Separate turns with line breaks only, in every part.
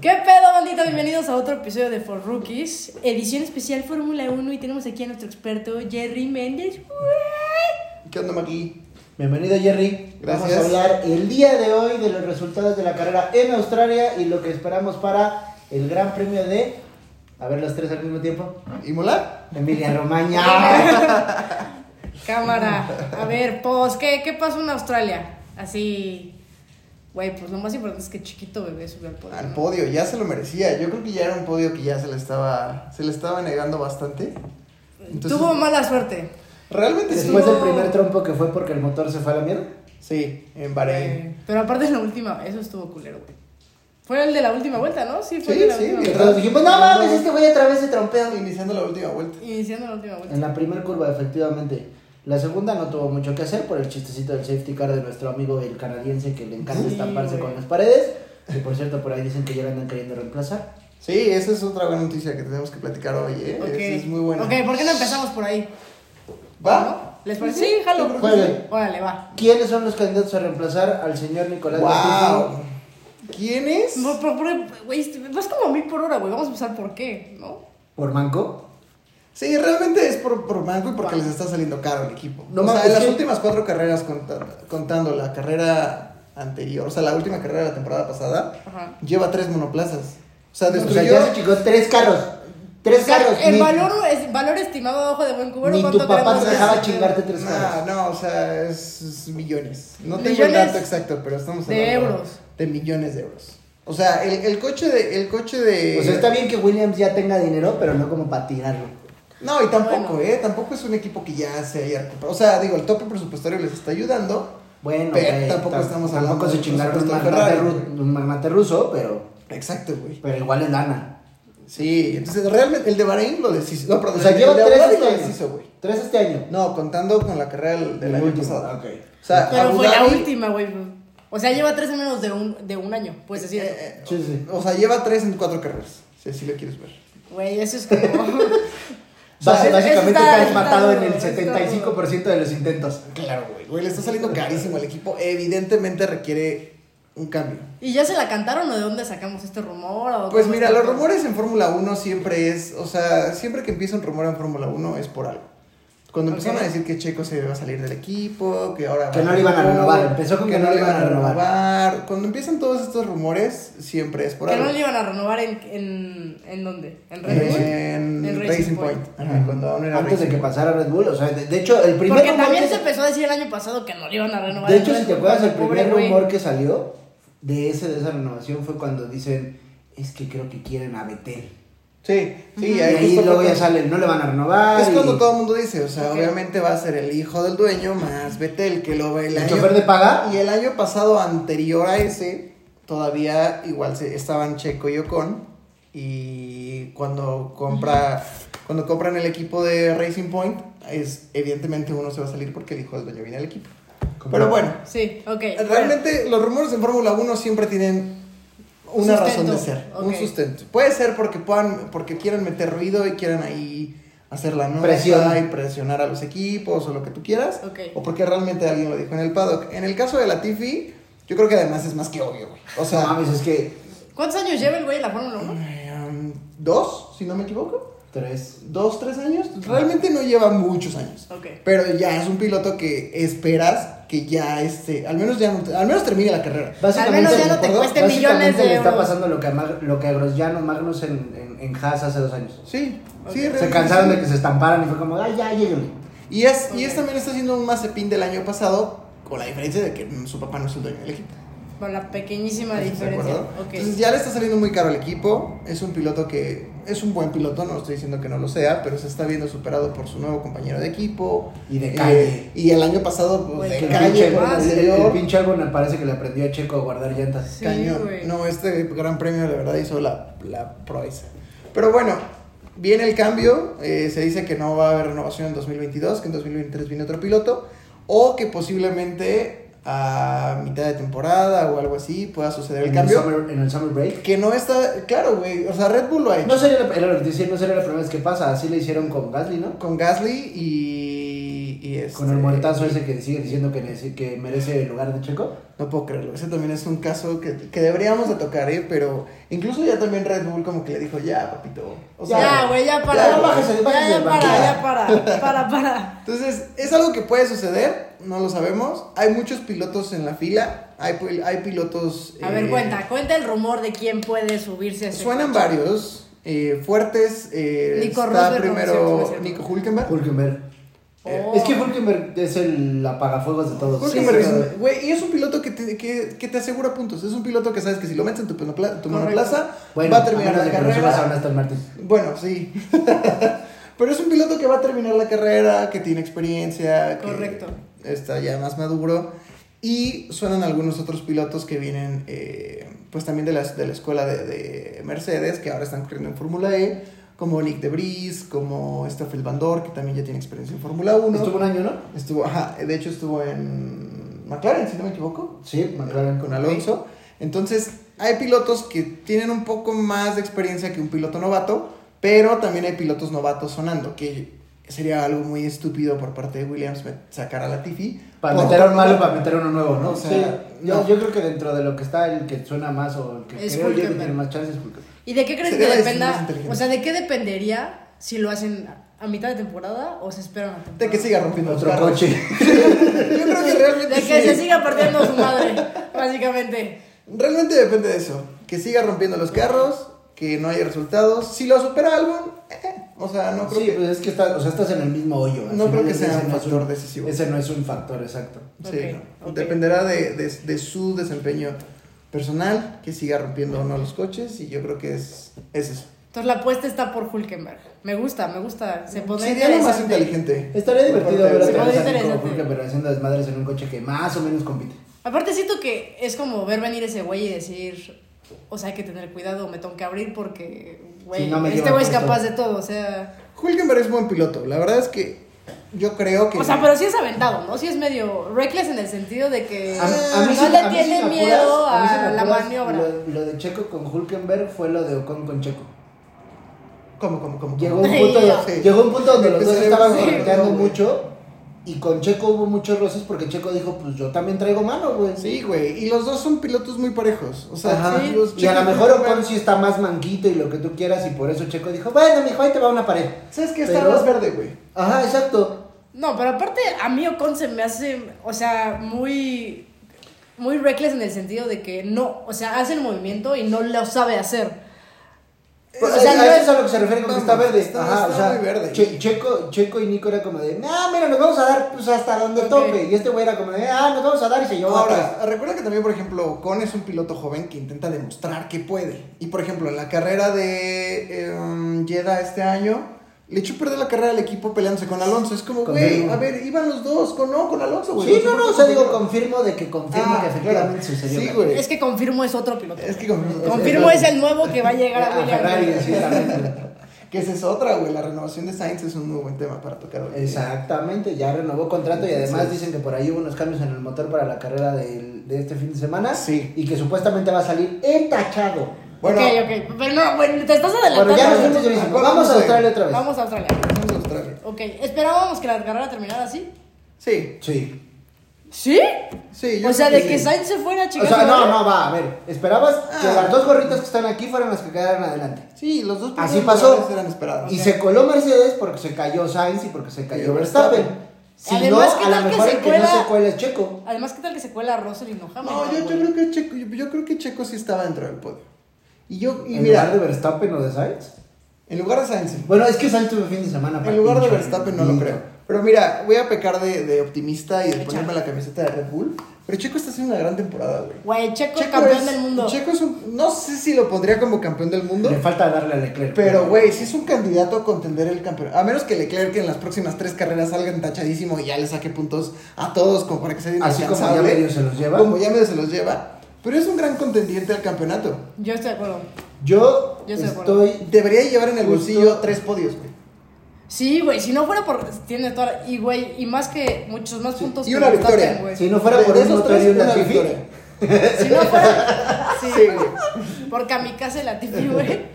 ¿Qué pedo, bandita? Bienvenidos a otro episodio de For Rookies, edición especial Fórmula 1 y tenemos aquí a nuestro experto Jerry Méndez.
¿Qué onda, Maki?
Bienvenido Jerry. Vamos
Gracias.
a hablar el día de hoy de los resultados de la carrera en Australia y lo que esperamos para el Gran Premio de, a ver los tres al mismo tiempo,
¿Y molar?
Emilia Romagna.
Cámara. A ver, pues, ¿qué, qué pasó en Australia? Así, güey, pues lo más importante es que chiquito bebé subió al podio.
Al
¿no?
podio, ya se lo merecía. Yo creo que ya era un podio que ya se le estaba, se le estaba negando bastante. Entonces,
Tuvo mala suerte.
Realmente sí.
Después del
no.
primer trompo que fue porque el motor se fue a la mierda.
Sí, en Bahrein.
Eh, Pero aparte es la última, eso estuvo culero, güey. Fue el de la última vuelta, ¿no? Sí, fue
Sí,
el de la
sí,
última
bien.
vuelta.
Entonces dijimos, no mames, este güey otra vez se trompeó.
Iniciando la última vuelta.
Iniciando la última vuelta.
En la primera curva, efectivamente. La segunda no tuvo mucho que hacer por el chistecito del safety car de nuestro amigo el canadiense que le encanta
Sí,
estamparse
güey.
con las paredes. Y por cierto, por ahí dicen que ya lo andan queriendo reemplazar.
Sí, esa es otra buena noticia que tenemos que platicar hoy, ¿eh?
Ok.
Esa es muy buena.
Ok, ¿por qué no empezamos por ahí?
¿Va?
¿No? ¿Les parece? Sí, jalo.
creo que sí.
Órale, va.
¿Quiénes son los candidatos a reemplazar al señor Nicolás Latifi?
¡Wow! ¿Quién es?
No, pero, pero, güey, este, vas como a mil por hora, güey. Vamos a empezar por qué, ¿no?
¿Por Manco?
Sí, realmente es por, por Manco y porque les está saliendo caro el equipo.
No
o sea,
mames,
en las
sí.
últimas cuatro carreras, conta- contando la carrera anterior, o sea, la última carrera de la temporada pasada,
Ajá.
lleva tres monoplazas. O sea,
O sea,
destruyó.
ya se chingó tres carros. Tres
O sea,
carros.
el
ni,
valor, es, valor estimado a ojo de buen cubero,
ni
¿cuánto
tu papá
tenemos
te
que
dejaba
hacer?
chingarte tres
Ah,
carros.
no, o sea, es, es millones. No tengo el
Millones
dato exacto, pero estamos
de
hablando
euros.
De millones de euros. O sea, el, el coche de. El coche de...
O sea, Pues está bien que Williams ya tenga dinero, pero no como para tirarlo.
No, y tampoco,
Bueno.
¿eh? Tampoco es un equipo que ya se haya recuperado. O sea, digo, el tope presupuestario les está ayudando.
Bueno,
Pero
güey,
tampoco
tam-
estamos hablando
Tampoco se
de
chingaron un
presupuesto de
magnate,
Ferrari,
ru- un magnate ruso, pero,
Exacto, güey.
pero igual es lana.
Sí, entonces realmente el de Bahrein lo deshizo. No, perdón,
O sea,
el,
lleva
el de Abu
tres
Dhabi
este
lo
año.
deshizo, güey.
Tres este año.
No, contando con la carrera del, del
El
año
último,
pasado.
ok.
O sea,
Pero
Abu
fue la
Dhabi,
última, güey. pues. O sea, lleva tres en menos de un, de un año, pues así
eh,
es.
eh,
Sí, sí.
O sea, lleva tres en cuatro carreras. Si así lo quieres ver.
Güey, eso es como.
sea,
Bas- básicamente
está-
estás
está
matado en
duro,
el
está
75% de los intentos.
Claro, güey. Güey, le está saliendo carísimo al equipo. Evidentemente requiere un cambio.
¿Y ya se la cantaron o de dónde sacamos este rumor? o
Pues
cómo
mira,
está
los
todo?
rumores en Fórmula 1 siempre es, o sea, siempre que empieza un rumor en Fórmula 1 es por algo. Cuando
Ok.
empezaron a decir que Checo se va a salir del equipo, que ahora... va
Que no
a
le iban a
renovar,
renovar, empezó con que no le iban a renovar.
renovar. Cuando empiezan todos estos rumores, siempre es por
Que
algo.
no le iban a renovar en. ¿En, en dónde? ¿En
Eh,
Red Bull? En
En, Racing,
Racing
Point.
Point.
Ajá, cuando aún era
Antes de
Racing
que
Point.
pasara Red Bull. O sea, de, de hecho, el primer
Porque
rumor
también
que-
se empezó a decir el año pasado que no le iban a renovar.
De hecho, si te acuerdas, el
Pobre
primer
güey.
rumor que salió de ese de esa renovación fue cuando dicen, es que creo que quieren a Betel.
Sí, sí,
Y
ahí,
ahí
justo
luego ya
cuando-
salen, no le van a renovar.
Es
y
cuando todo el mundo dice, o sea,
Ok.
obviamente va a ser el hijo del dueño más Betel, que lo ve el
El
año-
chofer de paga.
Y el año pasado, anterior a ese, todavía igual se, estaban Checo y Ocon. Y cuando compra, cuando compran el equipo de Racing Point, es evidentemente uno se va a salir porque el hijo del dueño viene al equipo.
Como-
Pero bueno,
Sí, ok. bueno.
realmente los rumores en Fórmula 1 siempre tienen una razón
Sustento,
de ser, un
ok.
sustento. Puede ser porque puedan, porque quieran meter ruido y quieran ahí hacer la nota
Presión.
y presionar a los equipos o lo que tú quieras,
Ok.
o porque realmente alguien lo dijo en el paddock. En el caso de la Tiffy, yo creo que además es más que obvio, güey. O
No
sea,
mames, es que
¿Cuántos años lleva el güey en la Fórmula 1?
em, dos, si no me equivoco,
tres.
dos, tres años. Realmente no lleva muchos años.
Ok.
Pero ya es un piloto que esperas que ya este, al menos ya no- al menos termine la carrera.
Al menos ya no te
¿recuerdas?
cueste millones
Básicamente
de
le está
euros.
pasando lo que a, Mag- lo que a Grosjean o Magnus en, en, en Haas hace dos años.
Sí,
Ok.
sí,
Se
realmente
cansaron
sí.
de que se estamparan y fue como, ay, ya, lléguenle.
Y es, y
Ok.
es también está haciendo un mazepín del año pasado, con la diferencia de que mm, su papá no es el dueño del equipo.
Con la pequeñísima
¿Estás de
diferencia.
acuerdo?
Ok.
Entonces ya le está saliendo muy caro al equipo. Es un piloto que es un buen piloto, no estoy diciendo que no lo sea, pero se está viendo superado por su nuevo compañero de equipo.
Y de
Eh,
calle.
y el año pasado, pues,
Güey,
de
Que el
calle,
pinche,
por
ah,
el,
el
el-
exterior,
el pinche álbum me parece que le aprendió a Checo a guardar llantas.
Sí,
cañón.
güey.
no, este gran premio, la verdad, hizo la, la proeza. Pero bueno, viene el cambio. eh, se dice que no va a haber renovación en 2022, que en 2023 viene otro piloto. O que posiblemente a mitad de temporada o algo así pueda suceder el
en,
cambio.
El summer, en el summer break.
Que no está. Claro, güey. O sea, Red Bull lo ha hecho.
No sería, la, era lo que te decía, no sería la primera vez que pasa, así le hicieron con Gasly, ¿no?
Con Gasly y, y este, es.
Con el muertazo ese que sigue diciendo que, merece- que merece el lugar de Checo.
No puedo creerlo. Ese también es un caso que, que deberíamos de tocar, ¿eh? Pero incluso ya también Red Bull como que le dijo, ya, papito. O sea,
Ya, güey, ya para.
Ya,
Ya,
bájese, bájese
ya
del
para,
banco.
ya para, para, para.
Entonces, es algo que puede suceder, no lo sabemos. Hay muchos pilotos en la fila, hay, pil- hay pilotos...
A
eh,
ver, cuenta, cuenta el rumor de quién puede subirse a ese
Suenan
coche.
varios, eh, fuertes. eh,
Nico
está
Rosberg, no,
primero
cierto, no, cierto.
Nico Hulkenberg.
Hulkenberg.
Oh.
Es que Hulkenberg es el apagafuegos de todos.
Hulkenberg es
Sí,
un- güey, y es un piloto que te, que, que te asegura puntos. Es un piloto que sabes que si lo metes en tu, penopla-
Correcto.
tu monoplaza,
Bueno,
va a terminar la
de que nos subas a un
carrera.
Aston Martin.
Bueno, sí. Pero es un piloto que va a terminar la carrera, que tiene experiencia, que
Correcto.
está ya más maduro. Y suenan algunos otros pilotos que vienen, eh, pues también de la, de la escuela de, de Mercedes, que ahora están corriendo en Fórmula E, como Nick de Vries, como Stoffel Van Dorn, que también ya tiene experiencia en Fórmula 1.
Estuvo un año, ¿no?
Estuvo, ajá, de hecho estuvo en McLaren, si no me equivoco,
Sí, McLaren
con Alonso. Entonces, hay pilotos que tienen un poco más de experiencia que un piloto novato, pero también hay pilotos novatos sonando, que sería algo muy estúpido por parte de Williams met- sacar a Latifi.
Para
Por-
meter a un malo, para meter a uno nuevo, ¿no?
O
O
sea,
sea,
no.
yo, yo creo que dentro de lo que está el que suena más o el que
Es
creo yo que
Hulkenberg.
tiene más chances es Hulkenberg.
¿Y de qué crees
Sería
que
la decisión más
dependa?
inteligente.
O sea, ¿de qué dependería si lo hacen a mitad de temporada o se esperan a temporada?
De que siga rompiendo los
Otro
carros.
coche.
Yo creo que realmente
De que
sí.
se siga partiendo su madre, básicamente.
Realmente depende de eso. Que siga rompiendo los carros, que no haya resultados. Si lo supera algo, eh, o sea, no creo
sí,
que...
pues es que está, o sea, estás en el mismo hoyo. Al
No creo
final
que
ese
sea un
no es
factor decisivo.
Ese no es un factor exacto.
Sí,
Ok,
no.
ok.
dependerá de, de- de su desempeño personal, que siga rompiendo o no los coches, y yo creo que es, es eso.
Entonces la apuesta está por Hulkenberg. Me gusta, me gusta. Se pondrá
Mm. Sería lo más
interesante.
inteligente.
Estaría divertido
Por
ver
parte de-
a
Estaría
Teresa Nico
interesante.
Hulkenberg haciendo desmadres en un coche que más o menos compite.
Aparte siento que es como ver venir ese güey y decir, o sea, hay que tener cuidado, me tengo que abrir porque, güey,
Sí, no me
este
lleva
güey es
puesto.
capaz de todo, o sea...
Hülkenberg es buen piloto, la verdad es que yo creo que...
O sea, pues, pero sí es aventado, ¿no? Sí es medio reckless en el sentido de que
A- a mí
Ah, no
sí- a
le
mí
tiene
sí me apuras-
miedo
mí sí me
a la
apuras,
maniobra.
Lo, lo de Checo con Hulkenberg fue lo de Ocon con Checo.
¿Cómo, cómo, cómo?
Llegó
cómo?
un punto,
Sí.
llegó un punto donde los dos
Empecé
estaban
a-
correteando
sí, güey.
mucho y con Checo hubo muchos roces porque Checo dijo, pues yo también traigo mano, güey.
Sí, güey, y los dos son pilotos muy parejos, o sea...
Ajá.
sí,
los
Y a
Checo
lo mejor
Hülkenberg-
Ocon sí está más manquito y lo que tú quieras y por eso Checo dijo, bueno, mijo, ahí te va una pared.
¿Sabes qué? Está
Pero-
más verde, güey.
Ajá, exacto.
No, pero aparte a mí Ocon se me hace, o sea, muy muy reckless en el sentido de que no, o sea, hace el movimiento y no lo sabe hacer.
O
Eh,
sea,
eh,
no es a lo que se refiere con que
vamos,
está verde.
está-
Ajá,
está
o sea,
muy verde.
Che- Checo, Checo y Nico era como de, ah, mira, nos vamos a dar pues hasta donde
Ok.
tope. Y este güey era como de, ah, nos vamos a dar y se llevó atrás.
Ahora, recuerda que también, por ejemplo, Ocon es un piloto joven que intenta demostrar que puede. Y, por ejemplo, en la carrera de em, Jeddah este año, le echó a perder la carrera al equipo peleándose con Alonso. Es como,
Con
güey,
él.
a ver, iban los dos, con no, con Alonso, güey.
Sí, no,
sé
no,
por
o
qué
sea, digo,
confirmo.
confirmo de que confirmo
Ah,
que efectivamente
claro.
sucedió.
Sí, güey.
Es que confirmo es otro piloto.
Es que confirmo.
Confirmo es el nuevo que va a llegar a
A
Williams.
Ferrari, sí, también.
Que esa es otra, güey. La renovación de Sainz es un muy buen tema para tocar hoy.
Exactamente, ya renovó contrato y además dicen que por ahí hubo unos cambios en el motor para la carrera del- de este fin de semana.
Sí.
Y que supuestamente va a salir entachado.
Bueno,
Ok, ok. Pero no, bueno, te estás adelantando.
Bueno, ya nos
güey.
fuimos durísimo.
Acuérdate,
Vamos a
güey.
Australia otra vez.
Vamos a Australia.
vamos a Australia.
Ok, esperábamos que la carrera terminara así.
Sí,
Sí.
¿Sí?
sí. yo
O sea,
creo
de que
sí.
Sainz se fuera, chicas.
O sea, no, no, va, a ver. Esperabas que
Ah.
las dos gorritas que están aquí fueran las que quedaran adelante.
Sí, los dos
Así
primeros
pasó.
lugares eran esperados.
Y se coló Mercedes porque se cayó Sainz y porque se
Y
cayó
Verstappen.
Verstappen. Si
Además, ¿qué
no, a
tal
lo
que
mejor
se
el que no
cuela?
se cuela es Checo.
Además, ¿qué tal que se cuela a Russell y no Hamilton,
No, yo, yo
güey?
creo que Checo, yo, yo creo que Checo sí estaba dentro del podio. Y yo, y
¿En
mira,
lugar de Verstappen o de Sainz?
en lugar de Sainz,
Bueno, es que Sainz tuvo fin de semana.
en lugar de Verstappen no lo creo. Pero mira, voy a pecar de, de optimista y de ponerme la camiseta de Red Bull. Pero Checo está haciendo una gran temporada, güey.
Güey, Checo, campeón
es-
del mundo.
Checo es un, no sé si lo pondría como campeón del mundo.
Le falta darle a Leclerc.
Pero, güey, si es un candidato a contender el campeón. A menos que Leclerc en las próximas tres carreras salga entachadísimo y ya le saque puntos a todos como para que sea
Así como
inalcanzable.
ya medio se los lleva.
Como ya medio se los lleva. Pero es un gran contendiente al campeonato.
Yo estoy de acuerdo.
Yo,
Yo estoy de acuerdo.
estoy.
Debería llevar en el
Justo.
bolsillo tres podios, güey.
Sí, güey, si no fuera por. Tiene toda. Y, güey, y más que muchos más puntos.
y
que
una
Verstappen,
victoria.
güey.
Si no fuera
De-
por
de
un
esos
motor
tres,
y un
una
Latifi.
victoria.
Si no fuera. Sí,
Sí, güey.
Por Kamikaze Latifi, güey.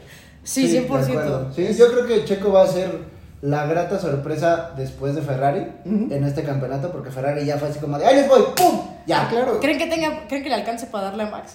Sí,
de
100%.
acuerdo. Sí, yo creo que Checo va a ser la grata sorpresa después de Ferrari
Ujú.
en este campeonato, porque Ferrari ya fue así como de ¡Ahí les voy! ¡Pum! ¡Ya!
Ah, claro.
¿Creen que, tenga, ¿Creen que le alcance para darle a Max?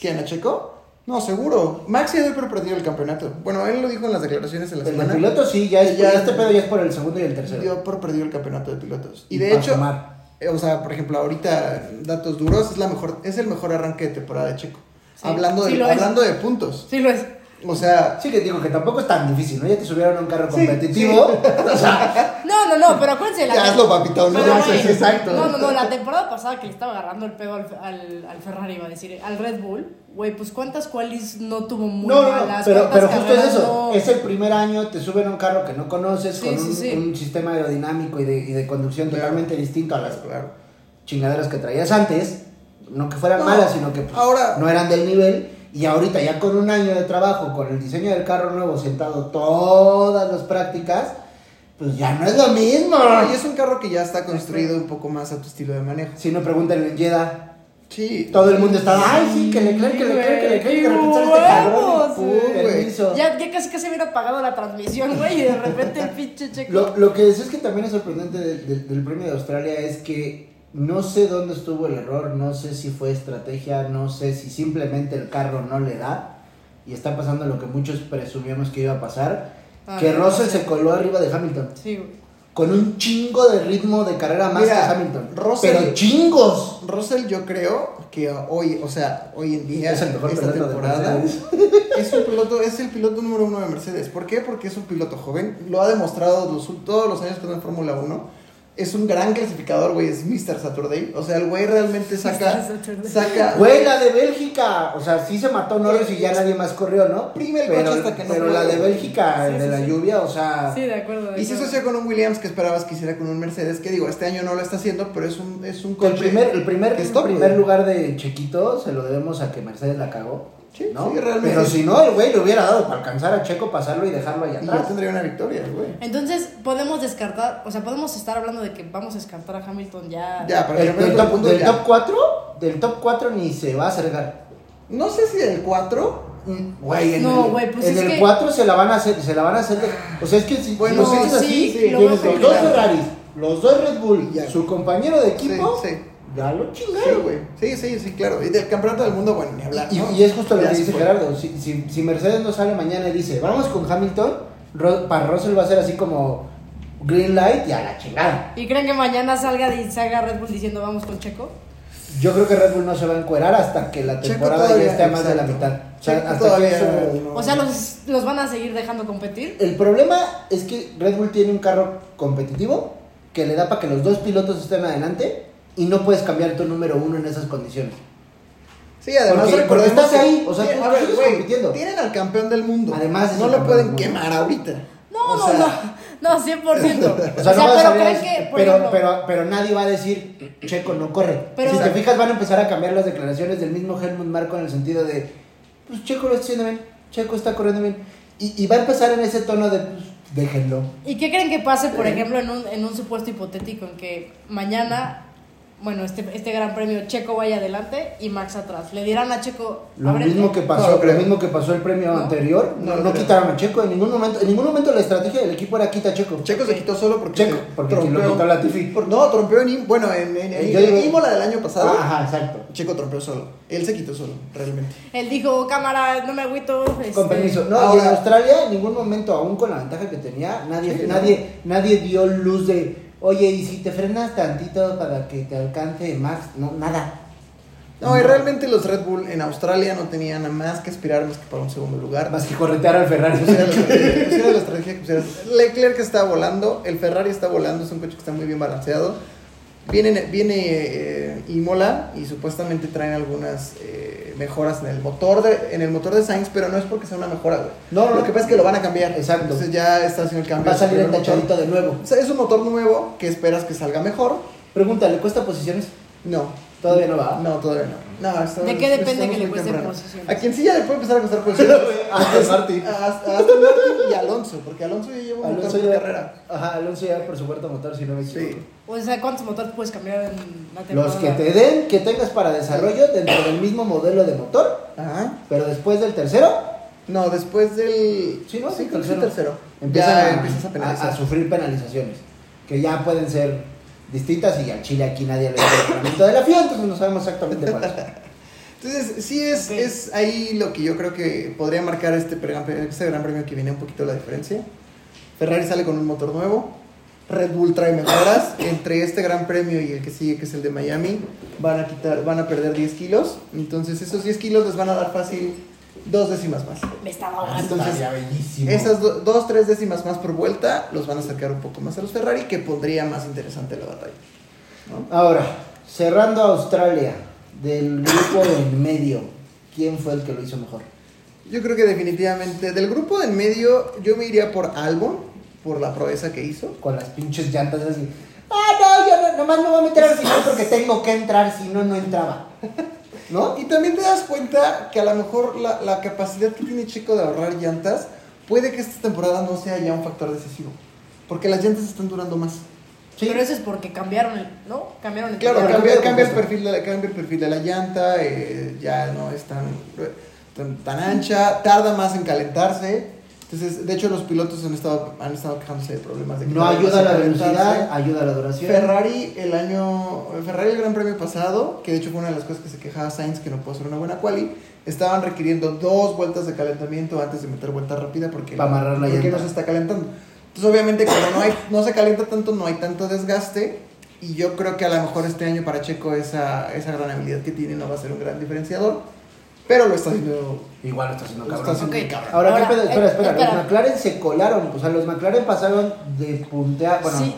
¿Quién la checó? No, seguro. Maxi ha perdido el campeonato. Bueno, él lo dijo en las declaraciones de la
El
semana.
del piloto sí, ya, es-
Ya.
este pedo ya es por el segundo y el tercero.
dio por perdido el campeonato de pilotos. Y
Y
de
para
hecho,
sumar.
eh, o sea, por ejemplo, ahorita datos duros es la mejor es el mejor arranque de temporada de Checo.
Sí,
hablando de
sí lo es.
hablando de puntos.
Sí lo es.
O sea,
Sí que digo que tampoco es tan difícil, ¿no? Ya te subieron a un carro
Sí,
competitivo. O sea,
No, no, no, pero acuérdense.
Ya hazlo, papito, no
Pero,
lo haces,
eh,
exacto.
No, no, no, la temporada pasada que le estaba agarrando el pedo al, al, al Ferrari, iba a decir, al Red Bull, güey, pues cuántas qualis no tuvo muy
No, no, no,
malas.
pero,
cuántas
pero justo es
carreras
eso.
no-
Es el primer año, te suben a un carro que no conoces,
Sí,
con
sí,
un,
sí.
un sistema aerodinámico y de, y de conducción
Claro.
totalmente distinto a las
claro.
chingaderas que traías antes. No que fueran
No,
malas, sino que pues,
ahora-
no eran del nivel. Y ahorita, ya con un año de trabajo, con el diseño del carro nuevo, sentado todas las prácticas, pues ya no es lo mismo.
Y es un carro que ya está construido un poco más a tu estilo de manejo.
Si no preguntan en Jeddah.
Sí.
Todo el mundo estaba, ay, sí, que le creen,
Sí,
que le creen, que le
güey,
creen,
qué
que repensar este cabrón.
huevos,
y,
güey.
uh, permiso.
Ya, ya casi casi hubiera apagado la transmisión, güey, y de repente el pinche checo.
Lo, lo que decías que también es sorprendente del, del- del premio de Australia es que no sé dónde estuvo el error, no sé si fue estrategia, no sé si simplemente el carro no le da y está pasando lo que muchos presumíamos que iba a pasar,
Ah,
que
no
Russell
sé.
se coló arriba de Hamilton
Sí, güey.
con un chingo de ritmo de carrera más
Mira,
que Hamilton,
Russell-
pero chingos.
Russell yo creo que hoy, o sea, hoy en día
Es el mejor
esta
piloto de
temporada
Mercedes.
es un piloto, es el piloto número uno de Mercedes. ¿Por qué? Porque es un piloto joven, lo ha demostrado los ul- todos los años que está en Fórmula 1. Es un gran clasificador, güey, es Mr. Saturday. O sea, el güey realmente saca,
Mr. Saturday.
saca,
Güey, la de Bélgica, o sea, sí se mató Norris y ya nadie más corrió, ¿no?
Exprime el coche
pero
hasta que no
pero
puede.
la de Bélgica,
Sí,
de
sí,
la
sí.
lluvia, o sea...
Sí, de acuerdo. de
Y se
acuerdo.
asocia con un Williams que esperabas que hiciera con un Mercedes, que digo, este año no lo está haciendo, pero es un, es un
El
coche.
primer, el primer,
que es top,
primer
güey.
lugar de Chequito se lo debemos a que Mercedes la cagó.
Sí,
¿no?
sí, realmente.
Pero si no, el güey le hubiera dado para alcanzar a Checo, pasarlo y dejarlo allá
Y ya
atrás.
tendría una victoria, güey.
Entonces, podemos descartar, o sea, podemos estar hablando de que vamos a descartar a Hamilton ya.
Ya,
El-
para que
Del,
vean todo el
top,
mundo
del
ya.
top 4, del top 4 ni se va a acercar.
No sé si del 4.
Mm, Güey, en
No,
el,
güey, pues
en
es
el
que-
4 se la van a hacer, se la van a hacer. de- o sea, es que si
Bueno,
si lo piensas
sí, sí,
así, tienes
lo
los
voy a
dos
pensar.
Ferraris, los dos Red Bull,
Ya.
su compañero de equipo,
Sí, sí.
ya lo
Sí,
chingaron.
güey. Sí, sí, sí, claro. Y del campeonato del mundo, bueno, ni hablar.
Y,
¿no?
y es justo lo
Ya
que
se
dice
fue.
Gerardo. Si, si, si Mercedes no sale mañana y dice, vamos con Hamilton, Ro- para Russell va a ser así como green light y a la chingada.
¿Y creen que mañana salga y salga Red Bull diciendo vamos con Checo?
Yo creo que Red Bull no se va a encuerar hasta que la
Checo
temporada
todavía,
ya esté a más de la
exacto.
mitad. O sea,
Checo
hasta
todavía
que eso-
no.
O sea, los, los van a seguir dejando competir.
El problema es que Red Bull tiene un carro competitivo que le da para que los dos pilotos estén adelante y no puedes cambiar tu número uno en esas condiciones.
Sí, además
Porque-
recordemos
porque estás
que-
ahí, o sea,
Tiene-
tú-
a
tú
ver,
sigues
güey,
compitiendo.
Tienen al campeón del mundo.
Además, es
no
el
lo
campeón del
pueden
mundo.
quemar ahorita.
No,
O sea,
no, no, 100%.
O sea, no vas a
pero
ver
creen
eso,
que, por
pero,
ejemplo,
pero- pero nadie va a decir, Checo no corre.
Pero-
si te fijas, van a empezar a cambiar las declaraciones del mismo Helmut Marco en el sentido de, pues Checo lo está haciendo bien, Checo está corriendo bien. Y, y va a empezar en ese tono de, pues, déjenlo.
¿Y qué creen que pase,
Eh.
por ejemplo, en un, en un supuesto hipotético en que mañana, bueno, este, este gran premio Checo vaya adelante y Max atrás? ¿Le dirán a Checo,
Lo
"Ábrete"?
mismo que
No,
pasó,
lo creo.
lo mismo que pasó el premio
¿No?
anterior,
No,
no,
lo
no
creo.
quitaron a Checo en ningún momento. En ningún momento la estrategia del equipo era quita a Checo.
Checo se quitó solo porque.
Checo,
se
porque quien lo
trompeó.
quitó Latifi. Eh,
Por- no, trompeó en. Im- Bueno, en, en, en-
Yo digo-
en Imola del año pasado.
Ajá, exacto.
Checo trompeó solo. Él se quitó solo, realmente.
Él dijo, "Oh, cámara, no me agüito.
Con
este,
permiso. No, y
Ahora-
en Australia en ningún momento, aún con la ventaja que tenía, nadie,
Sí, ¿no?
nadie, nadie dio luz de, oye, y si te frenas tantito para que te alcance Max, no, nada.
No, y realmente los Red Bull en Australia no tenían nada más que aspirar más que para un segundo lugar.
Más que corretear al Ferrari.
Pusiera la estrategia- pusiera la estrategia que pusieras. Leclerc está volando, el Ferrari está volando, es un coche que está muy bien balanceado. Viene, viene eh, Imola y supuestamente traen algunas eh, mejoras en el motor de en el motor de Sainz, pero no es porque sea una mejora, güey.
No, no,
Lo
no.
que pasa es que lo van a cambiar.
Exacto.
Entonces ya está haciendo el cambio.
Va a salir el
Primer motor.
tachadito de nuevo.
O sea, es un motor nuevo que esperas que salga mejor.
Pregunta, ¿le cuesta posiciones?
No.
Todavía no va.
No, todavía no. No, estamos-
¿De qué depende
estamos
que le
muy
cueste
temprano.
posiciones?
A quien sí ya le puede empezar a costar posiciones.
Aston Martin.
A a Aston Martin y Alonso, porque Alonso ya lleva un montón
Alonso
de
ya,
Uh, carrera.
ajá, Alonso ya por su cuarto motor, si no me equivoco.
Sí.
O sea, ¿cuántos motores puedes cambiar en la temporada?
Los que te den, que tengas para desarrollo dentro del mismo modelo de motor,
Ajá.
pero después del tercero,
No, después del.
Sí, ¿no?
Sí,
El
creo que es el tercero.
Empiezan
ya
a,
empiezas a penalizar.
a- a sufrir penalizaciones. Que ya pueden ser distintas y al Chile aquí nadie le da el tratamiento de la FIA, entonces no sabemos exactamente cuáles son.
Entonces, sí es,
Ok.
es ahí lo que yo creo que podría marcar este, pre- este gran premio que viene un poquito la diferencia. Ferrari sale con un motor nuevo. Red Bull trae mejoras. Entre este gran premio y el que sigue, que es el de Miami, van a, quitar, van a perder 10 kilos. Entonces, esos 10 kilos les van a dar fácil dos décimas más.
Me estaba
Ah,
ahogando.
Entonces,
Estaría bellísimo.
Esas do- dos, tres décimas más por vuelta los van a acercar un poco más a los Ferrari, que pondría más interesante la batalla.
Ahora, cerrando a Australia, del grupo de en medio, ¿quién fue el que lo hizo mejor?
Yo creo que definitivamente del grupo del medio yo me iría por Albon, por la proeza que hizo.
Con las pinches llantas así. Ah, no, yo no, nomás no voy a meter al final porque tengo que entrar, si no, no entraba.
¿No? Y también te das cuenta que a lo mejor la, la capacidad que tiene Chico de ahorrar llantas puede que esta temporada no sea ya un factor decisivo. Porque las llantas están durando más.
Sí.
Pero eso es porque cambiaron el. ¿No? Cambiaron el.
Claro,
Pero
cambia,
cambia de
cambia el
compuesto.
perfil de la, cambia el perfil de la llanta, eh, ya no es tan, tan, tan ancha, tarda más en calentarse. Entonces, de hecho, los pilotos han estado, han estado quejándose de problemas de que
No
tarda
ayuda a
más
la
en calentarse.
velocidad, ayuda a la duración.
Ferrari el año Ferrari el Gran Premio pasado, que de hecho fue una de las cosas que se quejaba Sainz que no pudo hacer una buena quali, estaban requiriendo dos vueltas de calentamiento antes de meter vuelta rápida porque
Para amarrar la
porque
llanta.
no se está calentando. Entonces obviamente cuando no hay no se calienta tanto no hay tanto desgaste y yo creo que a lo mejor este año para Checo esa esa gran habilidad que tiene no va a ser un gran diferenciador, pero lo está haciendo
Igual está haciendo
lo está
cabrón.
haciendo
Ok.
muy cabrón.
Ahora,
Ahora,
¿qué pedo?
eh,
Espera, espera.
espera.
Los McLaren se colaron. O sea, los McLaren pasaron de puntear. Bueno,
Sí.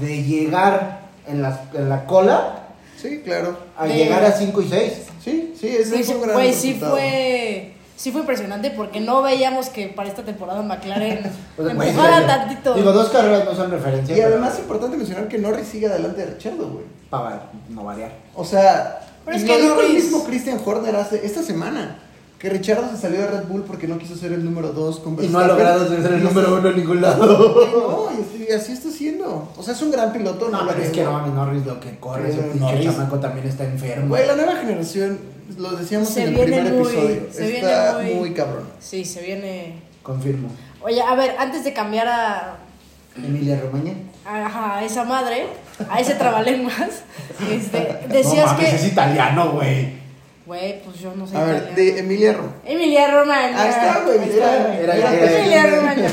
de llegar en la, en la cola
Sí, claro.
a
De-
llegar a 5 y 6.
Sí, sí, ese
Güey,
es
sí-
un gran
güey, Pues sí
resultado.
fue. Sí fue impresionante porque no veíamos que para esta temporada McLaren empujara tantito.
Digo, dos carreras no son referencia.
Y además es importante mencionar que Norris sigue adelante de Richardo, güey.
Para no variar.
O sea,
Pero es
y
que
lo dijo el
Norris-
mismo Christian Horner hace esta semana. Que Richardo se salió de Red Bull porque no quiso ser el número 2 con
Y no ha
Verstappen.
logrado ser el número uno en ningún lado.
Güey, No, y así, así está siendo. O sea, es un gran piloto.
No, pero es
niego.
que no mames, Norris lo que corre. Ese
Pero
pinche
Norris-
chamaco también está enfermo.
Güey, la nueva generación, lo decíamos
Se
en el
viene
primer
muy-
episodio,
se
está
viene muy-
muy cabrón.
Sí, se viene.
Confirmo.
Oye, a ver, antes de cambiar a,
Emilia Romagna.
ajá, a esa madre, a ese trabalenguas, este,
no,
decías
mames, es
que.
italiano, güey.
Güey, pues yo no sé.
A ver,
italiano.
de Emilia Ro.
Emilia Romagna.
Ahí está, güey.
Ahí está,
Era,
güey.
era,
Era-
era-
Emilia
era-
Romagna.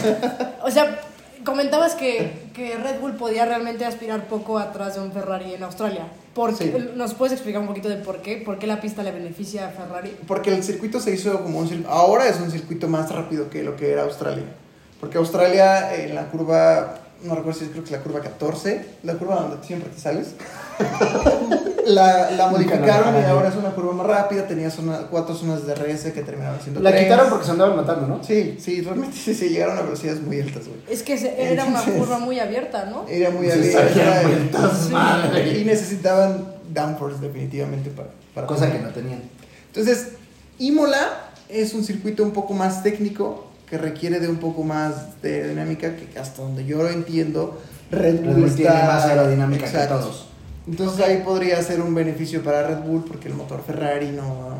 O sea, comentabas que, que Red Bull podía realmente aspirar poco atrás de un Ferrari en Australia. ¿Por qué?
Sí.
¿Nos puedes explicar un poquito de por qué? ¿Por qué la pista le beneficia a Ferrari?
Porque el circuito se hizo como un circuito. Ahora es un circuito más rápido que lo que era Australia. Porque Australia, eh, en la curva. No recuerdo si es, creo que es la curva 14. La curva donde siempre te sales. la, la
Nunca la
modificaron y
dejaron.
ahora es una curva más rápida. Tenía zona- cuatro zonas de RS que terminaban siendo.
La
tres.
quitaron porque se andaban matando, ¿no?
Sí, sí, realmente sí, sí, llegaron a velocidades muy altas, güey.
Es que se- era una
Entonces-
curva muy abierta, ¿no?
Era muy
Se
abierta,
salían
era-
vueltas,
sí,
madre.
Y necesitaban downforce, definitivamente, para. para
Cosa que no tenían.
Entonces, Imola es un circuito un poco más técnico que requiere de un poco más de dinámica que hasta donde yo lo entiendo, Red Bull,
tiene
está-
más aerodinámica
Exacto.
que todos.
Entonces ahí podría ser un beneficio para Red Bull porque el motor Ferrari no...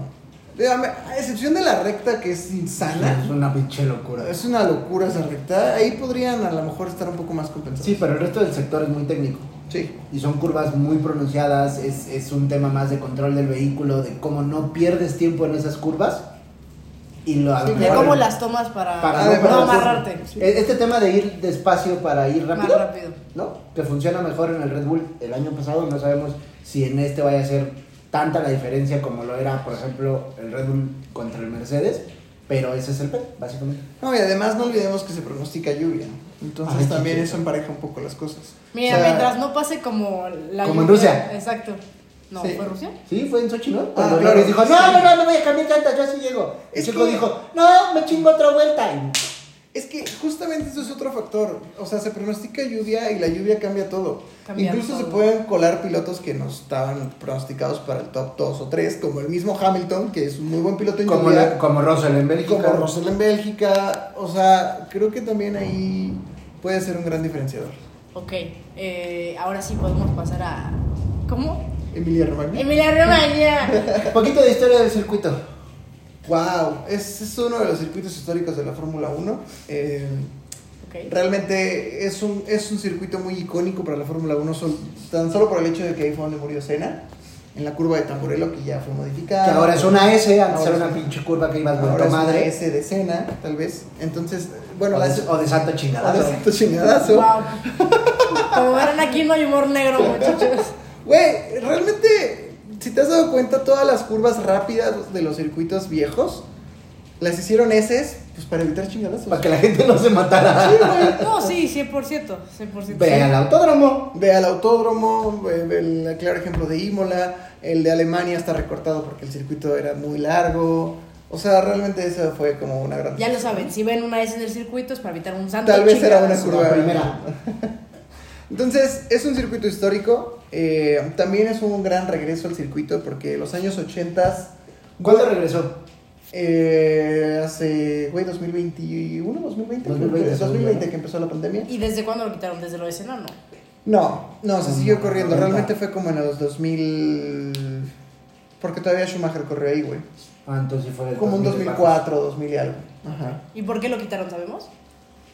Dígame, A excepción de la recta que es
Es
insana,
una pinche locura.
es una locura esa recta, ahí podrían a lo mejor estar un poco más compensados.
Sí, pero el resto del sector es muy técnico.
Sí.
Y son curvas muy pronunciadas, es, es un tema más de control del vehículo, de cómo no pierdes tiempo en esas curvas. Y lo a lo
Sí,
De
claro.
cómo las tomas para,
Para
no,
no perder-
amarrarte.
Sí.
E- Este tema de ir despacio para ir rápido,
Más rápido.
¿no? Que funciona mejor en el Red Bull el año pasado, no sabemos si en este vaya a ser tanta la diferencia como lo era, por ejemplo, el Red Bull contra el Mercedes, pero ese es el P, básicamente.
No, y además no olvidemos que se pronostica lluvia. Entonces
Ay, qué
también
chido.
eso empareja un poco las cosas.
Mira,
O sea,
mientras no pase como la
Como en
lluvia-
Rusia.
Exacto. No,
Sí.
¿fue Rusia?
Sí, fue en Sochi, ¿no?
Ah,
Cuando
claro.
Norris dijo, no, no, no, no voy a cambiar tantas, yo así llego. El
Es
chico
que-
dijo, no, me chingo otra vuelta. Y-
Es que justamente eso es otro factor. O sea, se pronostica lluvia y la lluvia cambia todo.
Cambia
Incluso se
todo.
pueden colar pilotos que no estaban pronosticados para el top 2 o 3, como el mismo Hamilton, que es un muy buen piloto en
Como,
lluvia,
la- como Russell en Bélgica.
como Russell en Bélgica. O sea, creo que también ahí puede ser un gran diferenciador.
Ok. eh, ahora sí podemos pasar a. ¿Cómo?
Emilia Romagna.
Emilia Romagna.
Un poquito de historia del circuito.
Wow, es, es uno de los circuitos históricos de la Fórmula 1. Eh,
Ok.
realmente es un, es un circuito muy icónico para la Fórmula 1, sol- tan solo por el hecho de que ahí fue donde murió Senna, en la curva de Tamburello, que ya fue modificada.
Que ahora es una S, antes
Ahora
era
es
una
una-
pinche curva que ibas
Ahora
vuelto
es una
madre.
S de Senna, tal vez. Entonces, bueno,
o,
la
de, o de santo
Ah,
chingadazo.
de tu chingadazo.
Wow. Como verán, aquí no hay humor negro, muchachos.
Güey, realmente, si te has dado cuenta, todas las curvas rápidas de los circuitos viejos las hicieron S pues para evitar chingadazos.
Para que la gente no se matara.
No, sí, 100%. 100%.
Ve al autódromo.
Ve al autódromo, ve, ve el claro ejemplo de Imola, el de Alemania está recortado porque el circuito era muy largo. O sea, realmente eso fue como una gran.
Ya lo saben, si ven una S en el circuito es para evitar un santo.
Tal vez era
chingadazo.
una curva.
La primera.
Entonces, es un circuito histórico. eh, también es un gran regreso al circuito porque los años 80
¿Cuándo regresó?
Eh, hace, güey, 2021, 2020,
2020,
2020, 2020 que empezó la pandemia.
¿Y desde cuándo lo quitaron? ¿Desde lo de Senna, no?
No, no, se
No,
siguió
no,
corriendo.
no, no.
Realmente fue como en los 2000. Porque todavía Schumacher corrió ahí, güey.
Ah, entonces fue el
Como en 2004, 2000 y algo. Ajá.
¿Y por qué lo quitaron, sabemos?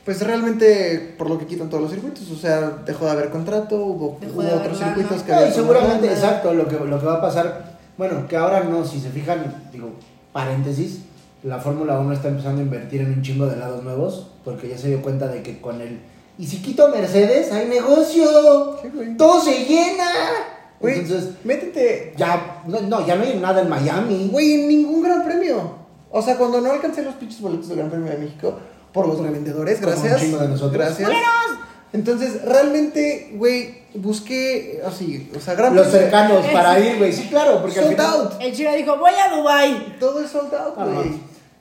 Pues realmente, por lo que quitan todos los circuitos, o sea, dejó de haber contrato, hubo,
Dejó
hubo
de haber
otros
lana.
circuitos que
No,
había
y seguramente,
contrato.
exacto, lo que, lo que va a pasar, bueno, que ahora no, si se fijan, digo, paréntesis, la Fórmula 1 está empezando a invertir en un chingo de lados nuevos, porque ya se dio cuenta de que con el, y si quito Mercedes, hay negocio,
Sí, güey.
todo se llena.
Güey,
Entonces,
métete,
ya, no, no, ya no hay nada en Miami.
Güey, en ningún gran premio. O sea, cuando no alcancé los pinches boletos del Gran Premio de México por los revendedores,
Como un
gracias.
chingo de nosotros.
Gracias. Entonces, realmente, güey, busqué así, o sea, Gran
Los
Premio-
cercanos para ir, güey, sí, claro, porque al
Sold
final-
out.
El chico dijo, voy a Dubai.
Todo es sold out,
Ah, no,
güey.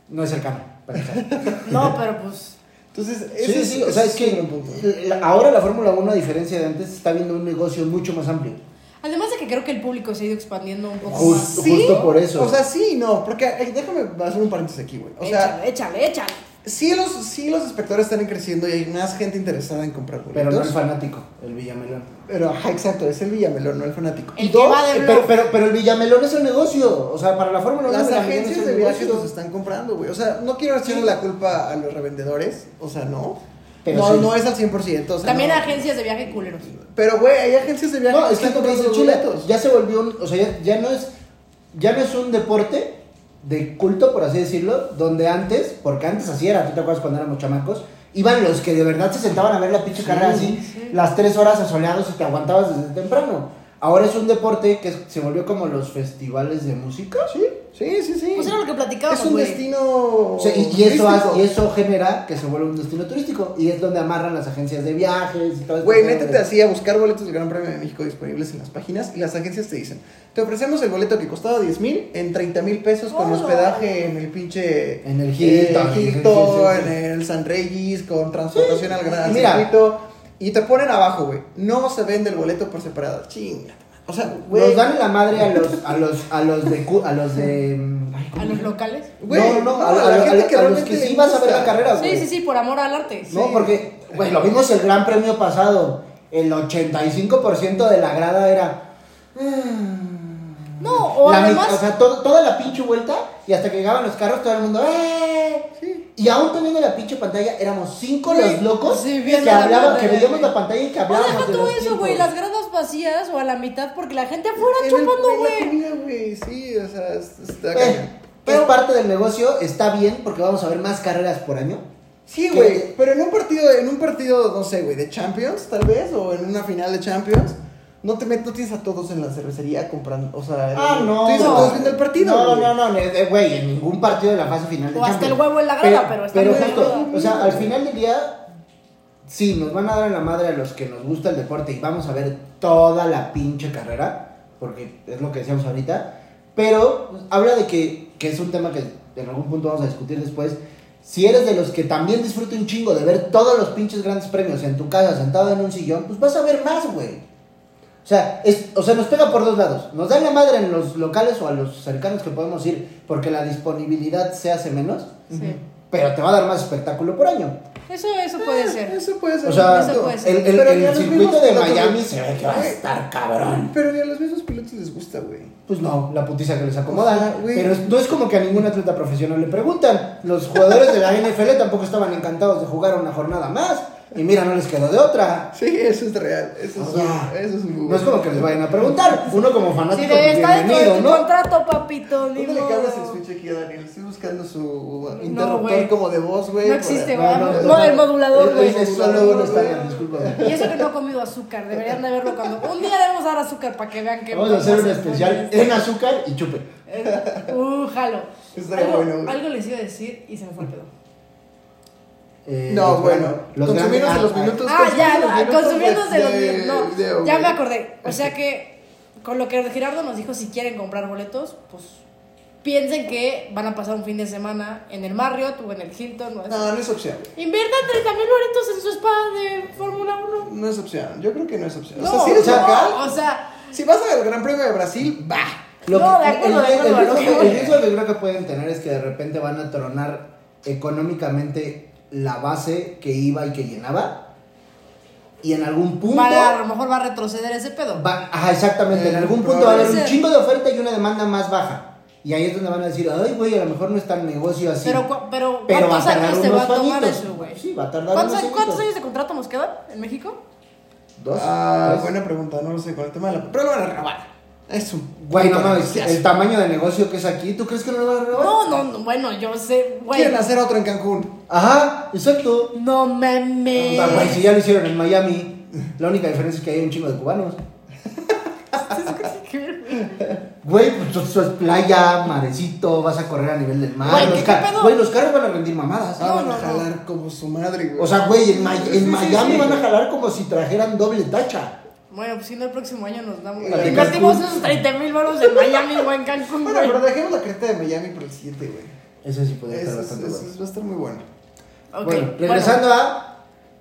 no es cercano. para empezar.
No, pero pues...
Entonces, ese
Sí,
es-
sí, o sea,
ese
es
un
que
gran punto.
la- ahora la Fórmula 1, a diferencia de antes, está viendo un negocio mucho más amplio.
Además de que creo que el público se ha ido expandiendo un poco
Justo.
más.
justo por eso.
O sea, sí, no, porque eh, déjame hacer un paréntesis aquí, güey. O sea,
échale, échale, échale.
sí los, sí los espectadores están creciendo y hay más gente interesada en comprar
Pero
boletos.
no el fanático, el Villamelón.
Pero, ajá, exacto, es el Villamelón, no el fanático.
El
Y
que
dos,
va de
eh,
blog.
pero, pero, pero el Villamelón es el negocio. O sea, para la Fórmula 1,
Las
el Villamelón
agencias
es
de
el
viajes
negocio.
los están comprando, güey. O sea, no quiero echarle la culpa a los revendedores. O sea, no.
Pero
no,
sí.
no es al 100%. O sea,
También
no.
agencias de viaje culeros.
Pero, güey, hay agencias de viajes
No, es que como dice
los
Chile,
boletos.
ya se volvió un. O sea, ya, ya no es. Ya no es un deporte de culto, por así decirlo, donde antes, porque antes así era, ¿tú te acuerdas cuando éramos chamacos? Iban los que de verdad se sentaban a ver la pinche
Sí,
carrera así,
sí.
las tres horas asoleados y te aguantabas desde temprano. Ahora es un deporte que se volvió como los festivales de música.
Sí, sí, sí. sí.
Pues era lo que platicábamos,
Es un
güey.
destino.
O sea, y, y eso hace-
turístico.
y eso genera que se vuelva un destino turístico. Y es donde amarran las agencias de viajes y todo este esto.
Güey, métete así a buscar boletos del Gran Premio de México disponibles en las páginas y las agencias te dicen: Te ofrecemos el boleto que costaba 10 mil en 30 mil pesos con
Hola.
hospedaje en el pinche.
En el Hilton,
eh, Hilton,
sí, sí, sí.
en el San Regis, con transportación al gran al
Mira.
circuito. Y te ponen abajo, güey: No se vende el boleto por separado. Chinga. O sea, güey.
Nos dan en la madre a los, a los, a los de. cu- A los de mm, ay, ¿cómo
A
se
los
llama?
locales.
Güey,
no, no, no, a,
no,
a-
la
a-
gente
a-
que
a los
realmente
que
le
sí vas a ver la
gusta.
carrera, güey.
Sí, sí, sí, por amor al arte.
No,
Sí.
porque, güey, lo vimos el Gran Premio pasado. El 85% de la grada era. "Ah".
No, o
La
además-
mit- O sea, to- toda la pinche vuelta y hasta que llegaban los carros, todo el mundo. "Eh".
Sí.
Y aún teniendo la pinche pantalla, éramos cinco
Güey,
los locos
sí, viendo
que,
la
hablaban, que
pantalla,
veíamos
güey.
la pantalla y que
No
hablábamos.
deja
de
todo
los
eso, güey,
tiempos.
las gradas vacías o a la mitad porque la gente afuera
En el-
chupando,
en la
güey.
comida, güey. Sí, o sea, es- está
Eh,
cañón.
es parte del negocio, está bien porque vamos a ver más carreras por año.
Sí,
que-
güey, pero en un partido, en un partido, no sé, güey, de Champions, tal vez, o en una final de Champions, no te metes, no tienes a todos en la cervecería comprando, o sea, en- tienes a todos viendo el partido.
Ah, No,
güey.
no, no, ne- eh, güey, en ningún partido de la fase final. de
O hasta
Champions.
el huevo en la grada, pero está muy
justo,
arriba.
O sea, al final del día, sí, nos van a dar en la madre a los que nos gusta el deporte y vamos a ver toda la pinche carrera, porque es lo que decíamos ahorita. Pero pues, habla de que, que es un tema que en algún punto vamos a discutir después. Si eres de los que también disfruta un chingo de ver todos los pinches grandes premios en tu casa sentado en un sillón, pues vas a ver más, güey. O sea, es, o sea, nos pega por dos lados. Nos dan la madre en los locales o a los cercanos que podemos ir porque la disponibilidad se hace menos
Sí.
pero te va a dar más espectáculo por año.
Eso, eso
Eh,
puede ser.
Eso puede ser.
O sea,
Eso puede ser.
el, el-
Pero
el
ya los
circuito
mismos
de
pilotos-
Miami se ve que va a
Güey.
estar cabrón.
Pero ni a los mismos pilotos les gusta, güey.
Pues no, la putiza que les
O
acomoda.
sea, güey.
pero no es como que a ningún atleta profesional le preguntan. Los jugadores de la NFL tampoco estaban encantados de jugar una jornada más. Y mira, no les quedó de otra.
Sí, eso es real. Eso es,
O sea,
eso es muy
No es como que les vayan a preguntar. Uno como
Si
fanático,
de,
pues,
está dentro de
bienvenido,
tu
¿no?
contrato, papito. ni
¿Dónde le cargas el
modo.
switch aquí a Daniel? Estoy buscando su
No,
interruptor
güey.
como de voz, güey.
No
para-
existe,
No,
va.
no,
No,
no,
el
no.
modulador,
Es-
güey.
es- Es solo uno estándar, discúlpame.
Y eso que no he comido azúcar, deberían de verlo cuando. Un día debemos dar azúcar para que vean que.
Vamos a hacer un especial en azúcar y chupe.
Eh, Uh, jalo.
Estaría
Algo,
bueno, güey.
algo les iba a decir y se me fue el pedo.
Eh,
No,
los
bueno.
gran-
Los
grandes-
consumiéndose los
ah, ah,
minutos.
Ah, ya,
consumiéndose
consumiéndose los
de-
este
mil- No,
de- de-
ya me
güey.
acordé. O sea que, con lo que Gerardo nos dijo, si quieren comprar boletos, pues piensen que van a pasar un fin de semana en el Marriott o en el Hilton. o
Ah.
así.
No, no es opción.
Inviertan 30 mil boletos en su espada de Fórmula 1.
No es opción. Yo creo que no es opción.
No,
o sea, si eres
no,
local,
o sea,
si vas al Gran Premio de Brasil, va.
Lo
No,
que-
de acuerdo,
el-
de acuerdo,
el-
lo
El
que
riesgo-
voy.
el riesgo que creo que pueden tener es que de repente van a tronar económicamente la base que iba y que llenaba. Y en algún punto.
para, a lo mejor va a retroceder ese pedo.
va- ajá, exactamente. En
Eh,
algún punto va a haber un
probable.
chingo de oferta y una demanda más baja. Y ahí es donde van a decir, ay, güey, a lo mejor no es tan negocio así.
Pero, cu- pero, este
Pero va a
¿cuántos
tardar
años te va
unos
a tomar
añitos.
eso, güey?
Sí, va a tardar
¿Cuántos,
unos
años- cuántos
añitos.
años de contrato nos quedan en México?
Dos.
Ah,
tres.
buena pregunta. No lo sé con el tema de la. Pero lo van a robar. Es un.
Güey, no
puto
mames,
negociazo.
el tamaño de negocio que es aquí, ¿tú crees que no lo van a robar?
No, no, no, bueno, yo sé, güey.
Quieren hacer otro en Cancún.
Ajá, exacto.
No Eh.
O sea, Ah, güey, si
mames.
ya lo hicieron en Miami, la única diferencia es que hay un chingo de cubanos. Güey, pues eso es playa, marecito, vas a correr a nivel del mar.
Güey, ¿qué-
los
qué
ca-
pedo?
güey, los carros van a rendir mamadas.
Ah,
No,
van
no,
a
no.
jalar como su madre, güey.
O sea, güey, en, Ma- en
Sí, sí, sí,
Miami
sí,
van a
güey.
jalar como si trajeran doble tacha.
Bueno, pues si no, el próximo año nos damos.
Cancún.
Invertimos esos 30 mil baros en Miami o en Cancún,
Bueno,
güey.
pero dejemos la carta de Miami para el siguiente, güey.
Eso sí podría estar
Eso es-
bastante
eso
bueno.
es- va a estar muy bueno.
Ok,
Bueno, regresando a
bueno.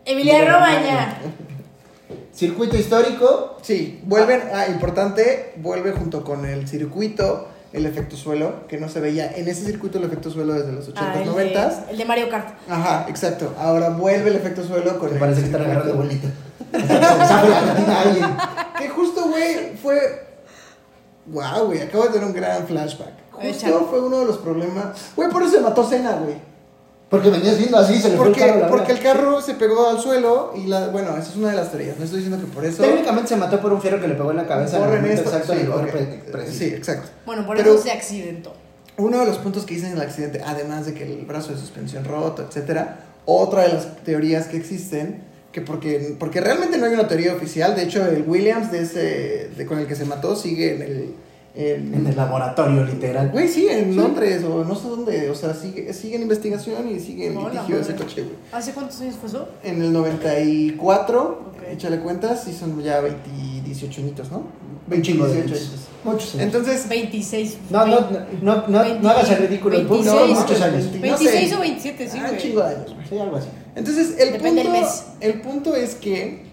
Emiliano Baña.
circuito histórico.
Sí, vuelven, ah, importante, vuelve junto con el circuito, el efecto suelo, que no se veía en ese circuito el efecto suelo desde los 80s,
Ah, el,
90s.
de, el de Mario Kart.
Ajá, exacto. Ahora vuelve el efecto suelo con
Me
el
parece que están
circuito.
agarrando bolita. Hasta que se abre la cortina a alguien.
Que justo, güey, fue. Wow, güey, acabo de tener un gran flashback. Justo
Échalo.
fue uno de los problemas. Güey, por eso se mató Cena, güey.
Porque venías viendo así, se le fue el carro. a
Porque,
la
porque
verga.
el carro se pegó al suelo y la. Bueno, esa es una de las teorías. No estoy diciendo que por eso.
Técnicamente se mató por un fierro que le pegó en la cabeza. en el
borren
momento
esto.
exacto
Sí,
del
ok.
golpe preciso.
sí, exacto.
Bueno, por
Pero-
eso se accidentó.
Uno de los puntos que dicen en el accidente, además de que el brazo de suspensión roto, etcétera, otra de las teorías que existen, que porque, porque realmente no hay una teoría oficial, de hecho el Williams de ese, de- con el que se mató sigue en el... en-
En el laboratorio, literal.
Güey, sí, en Londres o no sé dónde, o sea, sigue, sigue en investigación y sigue en
Hola,
litigio ese
madre.
coche, güey.
¿Hace cuántos años fue eso?
En el 94,
Ok.
échale cuentas, y son ya 20, 18 añitos, ¿no?
Un chingo de
18
años.
años.
Muchos años.
26. Entonces,
26.
No, no, no, no, no, no hagas el ridículo. El público, no,
26,
muchos años.
no sé.
26 o 27, sí,
ah, un
güey.
chingo de años, güey.
Sí, algo así.
Entonces, el
Depende
punto,
del mes.
el punto es que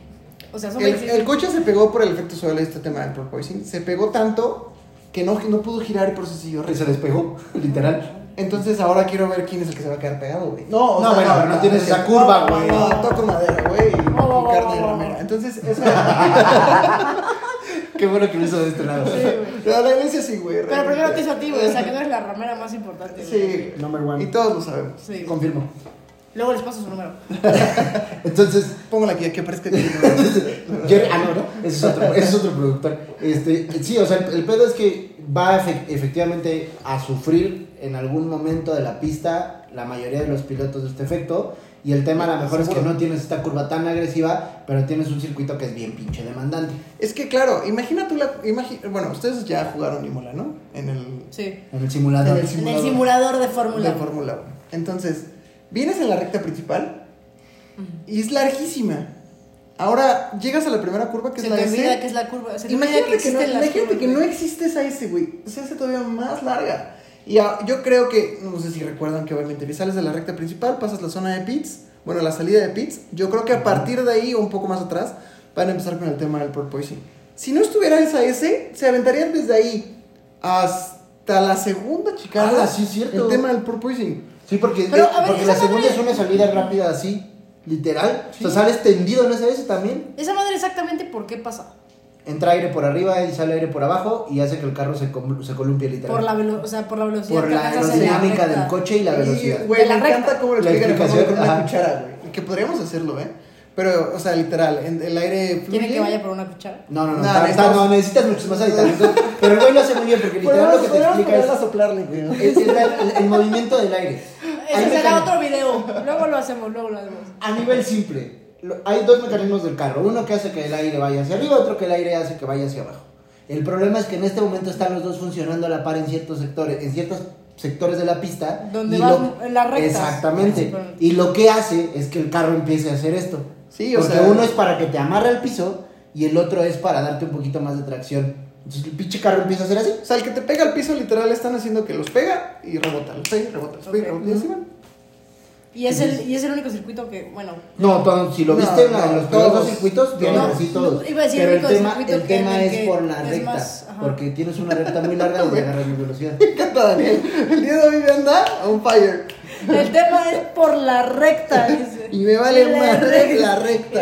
o sea, son
el,
26.
el coche se pegó por el efecto suelo, este tema del porpoising, se pegó tanto que no, no pudo girar y por eso siguió
Se
recto.
despejó, literal.
Entonces, ahora quiero ver quién es el que se va a quedar pegado, güey. No,
No, bueno, pero no tienes esa curva, güey.
No, toco madera, güey, y
Oh,
con carne de
oh, oh.
ramera. Entonces, esa,
Qué bueno que lo hizo de este lado.
Sí, güey.
la violencia sí, güey.
Pero
realmente.
primero te hizo a ti, güey. O sea, que tú eres la ramera más importante. güey.
Sí,
Number one.
y todos lo sabemos.
Sí.
Confirmo.
Luego les paso su número.
Entonces,
Póngala aquí, a que parezca que no.
Jerry, ah, no, no, ese es otro, ese es otro productor. Este, sí, o sea, el, el pedo es que va efe- efectivamente a sufrir en algún momento de la pista la mayoría de los pilotos de este efecto. Y el tema a lo mejor es que
Seguro.
no tienes esta curva tan agresiva, pero tienes un circuito que es bien pinche demandante.
Es que, claro, imagina tú la... imagi- bueno, ustedes ya jugaron Imola, ¿no? En el
Sí.
En el simulador.
En el
En el simulador de Fórmula
de Fórmula 1. Entonces, vienes en la recta principal y es larguísima. Ahora llegas a la primera curva que
Se
es la
te
S.
olvida que es la curva. Se te olvida
imagínate
que
que,
existen
no,
las
imagínate
curvas,
que no
güey.
existe esa S, güey. Se hace todavía más larga. Y a- yo creo que, no sé si recuerdan que obviamente sales de la recta principal, pasas la zona de pits, bueno, la salida de pits. Yo creo que a partir de ahí o un poco más atrás van a empezar con el tema del porpoising. Si no estuviera esa S, se aventarían desde ahí hasta la segunda chicana.
Ah, sí, cierto.
El tema del porpoising.
Sí, porque,
Pero, a ver,
porque
esa
la segunda
madre-
es una salida rápida así. literal. O sea, sales tendido en ese beso también.
Esa madre exactamente por qué pasa.
Entra aire por arriba y sale aire por abajo y hace que el carro se, com- se columpie literal.
Por la, velo- o sea, por la velocidad
Por
que
la
alcanzas en la
aerodinámica
recta.
del coche y la velocidad.
Y, güey,
De
me
la recta.
encanta cómo lo
La
explican
explicación,
con una
ajá.
cuchara, güey. Que podríamos hacerlo, ¿eh? Pero, o sea, literal, en- el aire fluye.
¿Quieren que vaya por una cuchara?
No, no, no,
Nah,
ta- ta-
necesitas-
no, necesitas muchos más aditamentos. pero el güey lo hace muy bien porque literal lo
Podríamos,
que te
podríamos
explica es,
ponerla a soplarle, güey.
es- es la- el, el movimiento del aire. Hay
Ese será
mecanismos.
otro video. Luego lo hacemos, luego lo hacemos.
A nivel simple, lo- hay dos mecanismos del carro. Uno que hace que el aire vaya hacia arriba, otro que el aire hace que vaya hacia abajo. El problema es que en este momento están los dos funcionando a la par en ciertos sectores, en ciertos sectores de la pista.
Donde
y
van en las rectas.
Exactamente.
Principalmente.
Y lo que hace es que el carro empiece a hacer esto.
Sí, o
Porque
sea-
uno es para que te amarre al piso y el otro es para darte un poquito más de tracción. Entonces el pinche carro empieza a hacer así.
O sea, el que te pega al piso, literal, están haciendo que los pega y rebota, los pega y rebota, los pega y
Ok.
rebota. Y así van.
Y es, el, y es el único circuito que, bueno,
No, todo- si lo
No,
viste en la-
no,
en los primeros
todos,
dos circuitos, tiene
todos.
así todos.
No, iba a decir
Pero
el
el
único
tema,
circuito
el
que- en
tema
el
es
que
por la
es
recta,
más, ajá.
porque tienes una recta muy larga donde agarras muy velocidad.
Me encanta, Daniel. El día de hoy voy a andar on fire.
el tema es por la recta. dice.
Y me vale
La
más
recta.
la recta.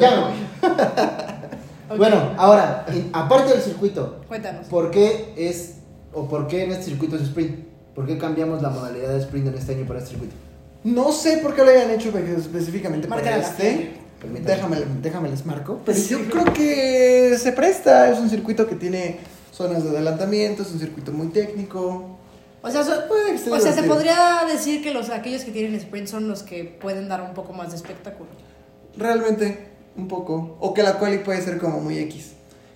Ya me voy.
Ok.
Bueno, ahora, en- aparte del circuito,
Cuéntanos.
¿por qué es o por qué en este circuito es sprint? ¿Por qué cambiamos la modalidad de sprint en este año para este circuito?
No sé por qué lo hayan hecho específicamente para
Márcala.
este.
Permítame.
Déjame, déjame les marco. Pero
Sí.
yo creo que se presta. Es un circuito que tiene zonas de adelantamiento, es un circuito muy técnico.
O sea, so-
Puede
Este
que esté
o sea, se
divertido.
podría decir que los aquellos que tienen sprint son los que pueden dar un poco más de espectáculo.
Realmente, un poco. O que la quali puede ser como muy X.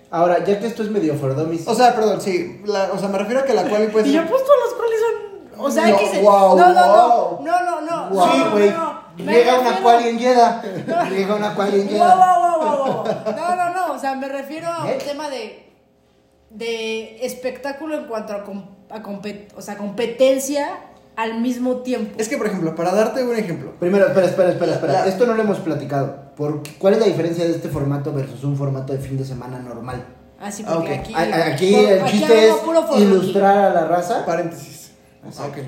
Ahora, ya que esto es medio for dummies,
O sea, perdón, sí. la- o sea, me refiero a que la quali
Pues
puede
Y
ser.
yo puesto los cuales son. O sea,
No,
X.
wow,
no, no,
wow.
no, no, no, no.
Wow.
no,
sí,
no,
güey.
no. Me
Llega una
refiero-
cual en Yeda. Llega una cual en
Wow,
Yeda.
wow, wow, wow, wow. No, no, no. O sea, me refiero a un
¿Eh?
tema de. de espectáculo en cuanto a, com- a compet- o sea, competencia al mismo tiempo.
Es que, por ejemplo, para darte un ejemplo.
Primero, espera, espera, espera, espera.
La-
Esto no lo hemos platicado. ¿Por qué- ¿Cuál es la diferencia de este formato versus un formato de fin de semana normal?
Así
Ah,
porque
ok.
aquí.
A- a- Aquí el
aquí
chiste es
hago puro formato.
ilustrar a la raza.
Paréntesis.
Exacto.
Ok.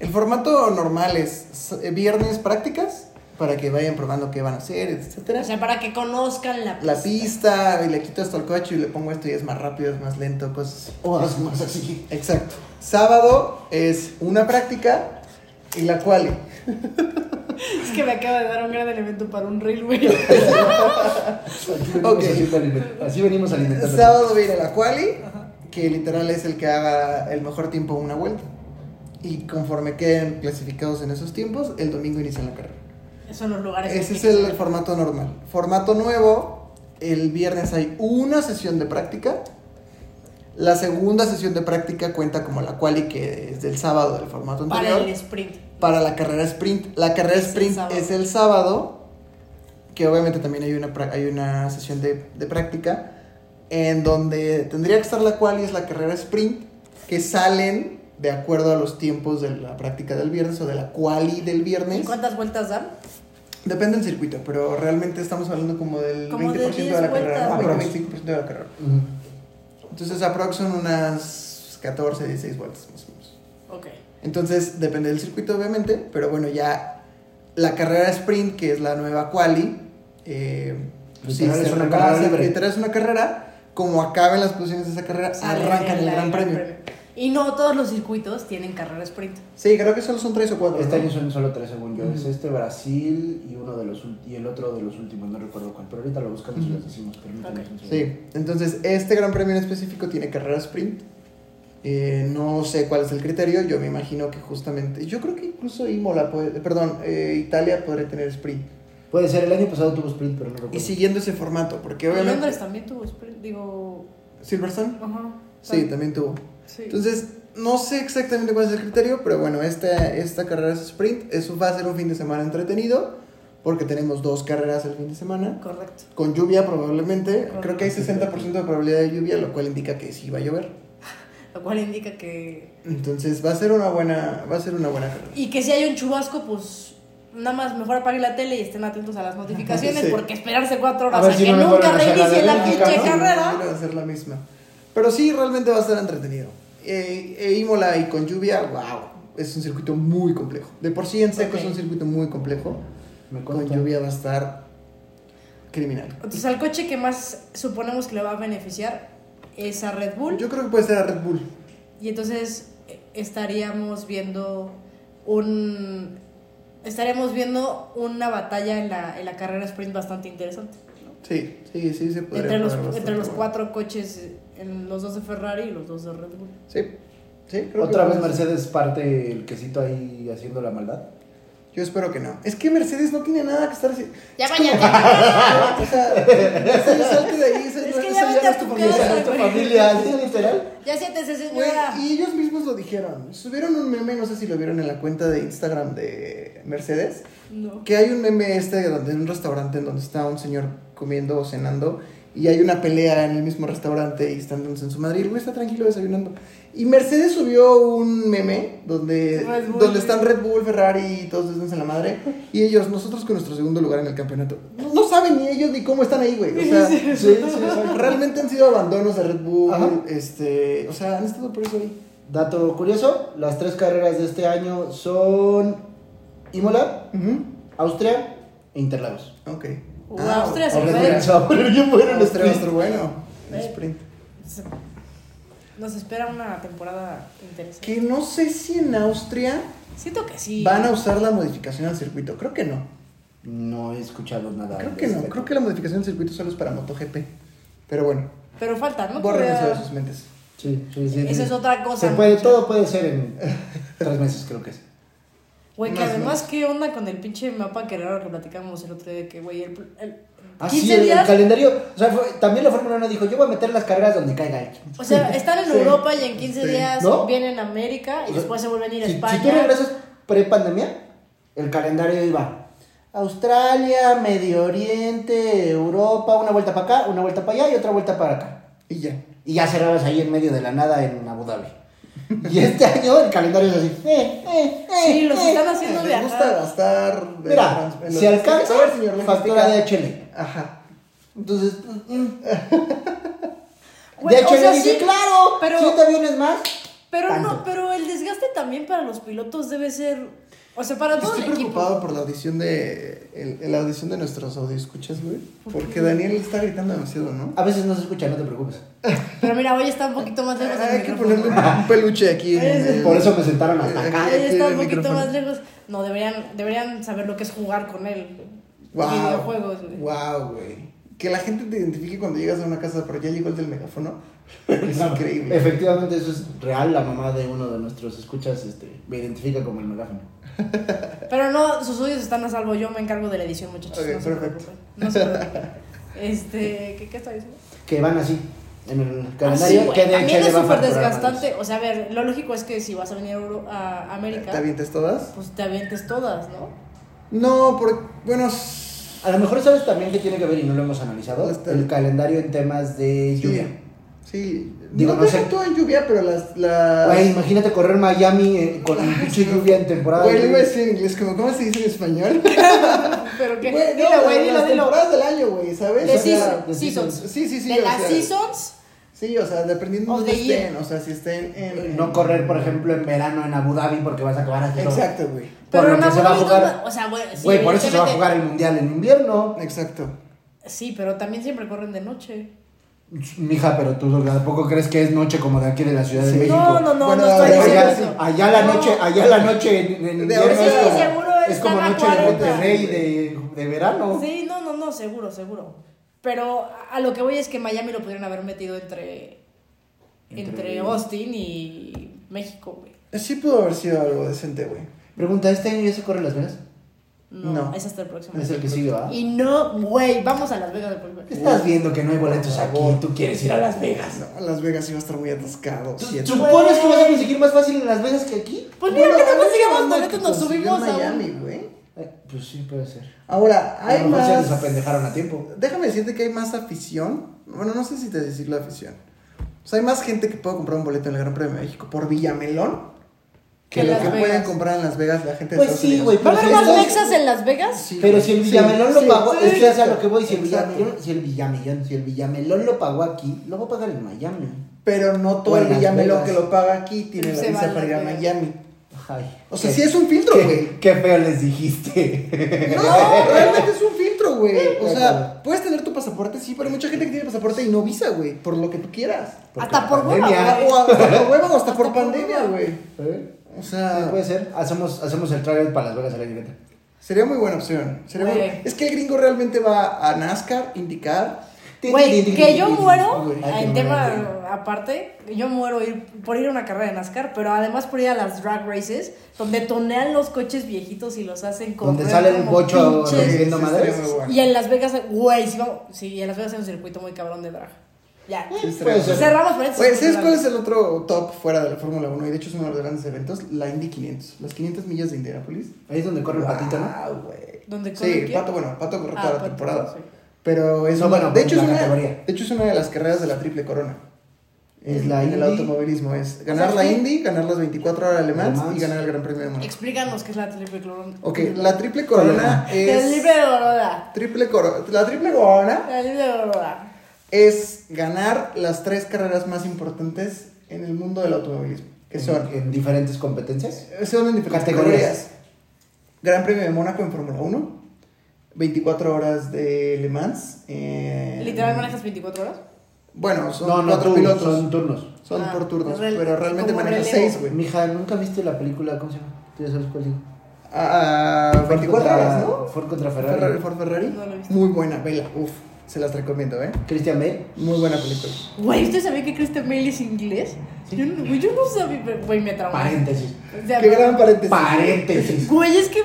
El formato normal es s- viernes prácticas para que vayan probando qué van a hacer, etcétera.
O sea, para que conozcan la
la pista y le quito esto al coche y le pongo esto y es más rápido, es más lento, cosas así.
O haz más así.
Exacto. Sábado es una práctica y la cual
Es que me acaba de dar un gran elemento para un reel, güey.
Así venimos
Ok.
haciendo aliment- Así venimos alimentando.
Sábado viene la quali, que literal es el que haga el mejor tiempo una vuelta. Y conforme queden clasificados en esos tiempos, el domingo inician la carrera.
Son los lugares.
Ese
en
es
que-
el formato normal. Formato nuevo, el viernes hay una sesión de práctica. La segunda sesión de práctica cuenta como la quali que es del sábado del formato
Para
anterior.
el sprint.
para la carrera sprint. La carrera
Es el
sprint
sábado.
es el sábado, que obviamente también hay una, pra- hay una sesión de, de práctica, en donde tendría que estar la cual y es la carrera sprint, que salen de acuerdo a los tiempos de la práctica del viernes o de la quali del
¿Y
viernes.
cuántas vueltas dan?
Depende del circuito, pero realmente estamos hablando como del
Como
20%
de
de,
10
la carrera,
vueltas.
20, 25% de la carrera.
Ujú.
Entonces aprox son unas 14, 16 vueltas más o menos.
Ok.
Entonces, depende del circuito, obviamente, pero bueno, ya la carrera sprint, que es la nueva quali, eh, pues sí,
Literal
se
es una
rebasa,
carrera libre.
literal es una carrera, como acaben las posiciones de esa carrera, arrancan el
La-
Gran Premio.
Y no todos los circuitos tienen carrera sprint.
Sí, creo que solo son tres o cuatro.
Este
¿no?
año son solo tres, según yo. Es este Brasil y uno de los ul- y el otro de los últimos, no recuerdo cuál. Pero ahorita lo buscamos y
Ujú.
les decimos. Permítanme.
Ok.
un segundo.
Sí, entonces este Gran Premio en específico tiene carrera sprint. Eh, no sé cuál es el criterio, yo me imagino que justamente, yo creo que incluso Imola puede, perdón, eh, Italia podría tener sprint.
Puede ser, el año pasado tuvo sprint, pero no recuerdo.
Y siguiendo ese formato, porque
Y
obviamente...
Londres también tuvo sprint. Digo.
Silverstone,
Ajá.
sí, también tuvo.
Sí.
Entonces, no sé exactamente cuál es el criterio, pero bueno, esta, esta carrera es sprint. Eso va a ser un fin de semana entretenido, porque tenemos dos carreras el fin de semana.
Correcto.
Con lluvia probablemente, creo que hay
Correcto.
60% de probabilidad de lluvia, lo cual indica que sí va a llover.
Lo cual indica que.
Entonces va a ser una buena, va a ser una buena carrera.
Y que si hay un chubasco, pues. Nada más mejor apaguen la tele y estén atentos a las notificaciones.
Sí.
Porque esperarse cuatro horas
A
a,
ver si
que
no me
nunca
vuelven a hacer la
reinicie la
dinámica,
pinche
¿no?
carrera.
Va a ser la misma. Pero sí, realmente va a ser entretenido. Eh, e Imola y con lluvia, wow, es un circuito muy complejo. De por sí en seco
Ok.
es un circuito muy complejo.
Me
con
consta.
lluvia va a estar criminal.
Entonces, al coche que más suponemos que le va a beneficiar es a Red Bull.
Yo creo que puede ser a Red Bull.
Y entonces eh, estaríamos viendo un. Estaríamos viendo una batalla en la, en la carrera sprint bastante interesante.
Sí, sí, sí, se podría.
Entre los,
poner bastante
entre los
bueno.
cuatro coches, eh, en los dos de Ferrari y los dos de Red Bull.
Sí, sí, creo
¿Otra
que
vez
puede ser.
Mercedes parte el quesito ahí haciendo la maldad?
Yo espero que no. Es que Mercedes no tiene nada que estar así.
Ya mañana.
O sea, sí, salte de ahí.
Es
esa- esa
que ya
ya
vete
no
a
es tu
tu
familia.
casa.
Esa es tu familia, así literal.
ya siéntese,
Güey,
señora.
y ellos mismos lo dijeron. Subieron un meme, no sé si lo vieron en la cuenta de Instagram de Mercedes,
No.
que hay un meme este de donde- de un restaurante en donde está un señor comiendo o cenando y hay una pelea en el mismo restaurante y están dándose en su madre y el güey está tranquilo desayunando. Y Mercedes subió un meme donde,
Red Bull,
donde
güey.
están Red Bull, Ferrari y todos desde en la madre y ellos, nosotros con nuestro segundo lugar en el campeonato. No, no saben ni ellos ni cómo están ahí, güey. O sea,
Sí, sí, exacto.
realmente han sido abandonos de Red Bull,
Ajá.
este, o sea, han estado por eso ahí.
Dato curioso, las tres carreras de este año son Imola, Austria e Interlagos.
Ok. Ah,
Wow, Austria se
ok.
fue.
Austria,
Se va a poner bien bueno en este
Austria va a
sprint.
estar bueno. en
Eh.
sprint.
Se- Nos espera una temporada interesante.
Que no sé si en Austria
Siento que sí. ¿eh?
van a usar la modificación al circuito. Creo que no.
No he escuchado nada. al
Creo que no.
respecto.
Creo que la modificación al circuito solo es para MotoGP. Pero bueno,
Pero falta, ¿no?
borren eso
Todavía-
de sus mentes.
Sí, sí, sí.
Esa
sí.
es otra cosa.
Se puede, todo puede ser en tres meses, creo que es.
Güey, que
Más o
además, ¿qué onda con el pinche mapa que raro que platicamos el otro día? de Que, güey, el, el-
Así
15
Ah, el, el
días.
calendario. O sea, fue- también la Fórmula 1 dijo: Yo voy a meter las carreras donde caiga el.
O sea, están en
Sí.
Europa y en 15
Sí.
días
¿No?
vienen a América y después se vuelven a ir a
si,
España.
si tú regresas pre-pandemia, el calendario iba Australia, Medio Oriente, Europa, una vuelta para acá, una vuelta para allá y otra vuelta para acá.
Y ya.
Y ya cerrabas ahí en medio de la nada en Abu Dhabi. Y este año el calendario es así. Eh, eh, eh,
Sí, los
eh.
están haciendo
Les gusta
viajar.
gastar. eh, en
Mira,
los- en los-
si alcanza,
A ver, señor López,
factura
diga.
de HL.
Ajá.
Entonces, mm, mm.
Güey,
de hecho,
o sea,
él dice,
sí,
claro,
pero-
siete aviones más.
Pero
Tanto.
no, pero el desgaste también para los pilotos debe ser. O sea, para todo
Estoy
el equipo.
preocupado por la audición de el- la audición de nuestros audioescuchas, güey, porque Daniel está gritando demasiado, ¿no?
A veces no se escucha, no te preocupes.
Pero mira, hoy está un poquito más lejos del
Hay que
micrófono.
ponerle un peluche aquí. en
Es-
el-
Por eso me sentaron hasta
Aquí,
acá.
Hoy
aquí en
está
el
un poquito
micrófono.
más lejos. No, deberían, deberían saber lo que es jugar con él.
Wow.
Videojuegos, güey.
Wow, güey. Que la gente te identifique cuando llegas a una casa, pero ya llegó el del megáfono. Es increíble.
Efectivamente, eso es real. La mamá de uno de nuestros escuchas este, me identifica como el megáfono.
Pero no, sus audios están a salvo. Yo me encargo de la edición, muchachos.
Ok,
no se
perfecto.
preocupen. No se preocupen. Este, ¿qué, qué está diciendo?
Que van así, en el
Ah, sí,
calendario.
güey,
que de
también
hecho
es
le va a
súper
facturar más.
desgastante. O sea, a ver, lo lógico es que si vas a venir a, Euro- a América,
¿Te avientes todas?
pues te avientes todas, ¿no?
No, por bueno, s-
A lo mejor sabes también que tiene que ver, y no lo hemos analizado,
Está
el
bien.
calendario en temas de lluvia.
sí. Sí.
Digo,
no,
no
deja
sé.
todo en lluvia, pero las las
Güey, imagínate correr Miami eh, con pinche lluvia en temporada.
Ah, Güey,
de-
lo iba a decir en inglés, como cómo se dice en español?
Pero que.
Güey, no,
dilo, güey,
las
dilo, dilo.
temporadas del año, güey, ¿sabes?
De
O sea,
season- seasons.
Sí, sí, sí.
De
o
las
sea,
seasons.
Sí, o sea, dependiendo
Of
de
the
dónde
year.
estén, o sea, si estén en...
No correr, por ejemplo, en verano en Abu Dhabi porque vas a acabar así.
Exacto, güey.
Por
Pero
lo
en
que
Abu
se va a
Dhabi,
jugar.
¿dónde- o sea, güey, sí,
Güey, por eso se va a
evidentemente-
jugar el mundial en invierno.
Exacto.
Sí, pero también siempre corren de noche.
Mija, pero tú tampoco crees que es noche como de aquí de la Ciudad de
Sí.
México.
No, no, no,
Bueno,
no estoy
ahora
diciendo
ya-
eso.
allá, allá la
No.
noche, allá la noche en, en invierno
ahorita-
es como,
Sí,
seguro
es
están
como
a
noche de
40.
Monterrey de, de verano.
Sí, no, no, no, seguro, seguro. Pero a- a lo que voy es que Miami lo pudieron haber metido entre. entre,
Entre-
Austin y México, güey.
Sí pudo haber sido algo decente, güey.
Pregunta, ¿este año ya se corre Las Vegas?
No,
No.
es hasta el próximo.
Es el que sigue, ¿va?
Y no, güey, vamos a Las Vegas del próximo.
¿Qué Estás viendo que no hay boletos aquí, tú quieres ir a Las Vegas.
No, Las Vegas iba a estar muy atascado.
¿Tú-
siento.
¿Supones que vas a conseguir más fácil en Las Vegas que aquí?
Pues mira,
Bueno,
que no
hay
conseguimos
mucha banda
boletos,
que
nos
consiguió
subimos
en
a. un-
Miami, güey.
Eh, Pues sí, puede ser.
Ahora,
A
hay
lo mejor se les
más...
apendejaron a tiempo.
Déjame decirte que hay más afición. Bueno, no sé si te decir la afición. O sea, hay más gente que puede comprar un boleto en el Gran Premio de México por Villamelón
Que
que lo
Las
que
Vegas.
pueden comprar en Las Vegas la gente de
Pues
Estados
sí,
Unidos.
güey.
¿Va a
pero
haber
si
más
estás-
mexas en Las Vegas?
Sí,
Pero
güey.
si el
Sí,
Villamelón
sí,
lo pagó,
sí,
es que es a lo
exacto,
que voy, si el
exacto.
Villamelón, si el Villamelón, si el Villamelón lo pagó aquí, lo va a pagar en Miami.
Pero no todo
O en
el
Las
Villamelón
Vegas.
que lo paga aquí tiene la
Se va a
visa para ir a
Las Vegas.
Miami.
Ay,
O sea,
qué-
sí es un filtro,
qué-
güey.
Qué feo les dijiste.
No, realmente es un filtro, güey. O
De
sea,
acuerdo.
puedes tener tu pasaporte, sí, pero hay mucha gente que tiene pasaporte y no visa, güey, por lo que tú quieras.
Hasta por hueva,
pandemia.
O hasta por hueva o hasta por pandemia, güey.
¿Eh?
O
Sí,
sea,
pues.
puede ser. Hacemos, hacemos el trailer para Las Vegas a la libreta.
sería muy buena opción. Sería muy-
Güey.
Es que el gringo realmente va a NASCAR, indicar.
Güey, que yo muero,
Güey,
ay,
en
que me
tema
muero.
aparte, yo muero ir- por ir a una carrera de NASCAR, pero además por ir a las drag races, donde tonean los coches viejitos y los hacen correr
Donde sale un
como
bocho
pinches.
recibiendo
Sí,
madres.
estaría muy bueno.
Y en Las Vegas, güey, si vamos, sí, en Las Vegas hay un circuito muy cabrón de drag. Ya.
Sí, estaría
puede
muy
ser.
Cerramos por esto.
Oye, ¿sabes cuál es el otro top fuera de la Fórmula 1? Y de hecho es uno de los grandes eventos, la Indy 500, las 500 millas de Indianapolis.
Ahí es donde corre el patito, ¿no?
Ah, güey.
¿Dónde corre
Sí,
quién?
Pato, bueno, Pato corre
Ah,
toda la
Pato,
temporada.
sí.
Pero es
No,
una-
bueno,
de hecho es
la
una,
categoría.
de hecho es una de las carreras de la triple corona.
Es
En-
la
en el
Indy.
automovilismo es ganar
O sea,
la
sí.
Indy, ganar las 24 horas de Le Mans
Le Mans.
y ganar el Gran Premio de Mónaco.
Explícanos qué es la triple corona.
Ok, la triple corona
La
es
triple corona.
triple coro- la triple corona
La triple corona.
es ganar las tres carreras más importantes en el mundo del automovilismo, que son,
En diferentes competencias.
son en diferentes
Categorías.
categorías. Gran Premio de Mónaco en Fórmula 1, 24 horas de Le Mans. en-
Literal manejas 24 horas.
Bueno, son
No, no,
cuatro
turnos,
pilotos.
son
Son,
turnos.
Ah,
por turnos,
rel-
pero realmente
como
manejas
relevo.
seis, güey.
Mija, ¿nunca viste la película? ¿Cómo se llama? ¿Tú ya sabes cuál digo?
Ah, ah, 24
Ford contra-
horas, ¿no?
Ford contra Ferrari.
Ferrari, Ford Ferrari.
No lo he visto.
Muy buena, vela. Uf, se las recomiendo, ¿eh?
Christian Bale.
Muy buena película.
Güey, ¿ustedes sabían que Christian Bale es inglés? Yo, no- güey, yo no sabía, pero, güey, me traumó.
Paréntesis.
O sea,
Qué gran paréntesis.
Paréntesis.
Güey, es que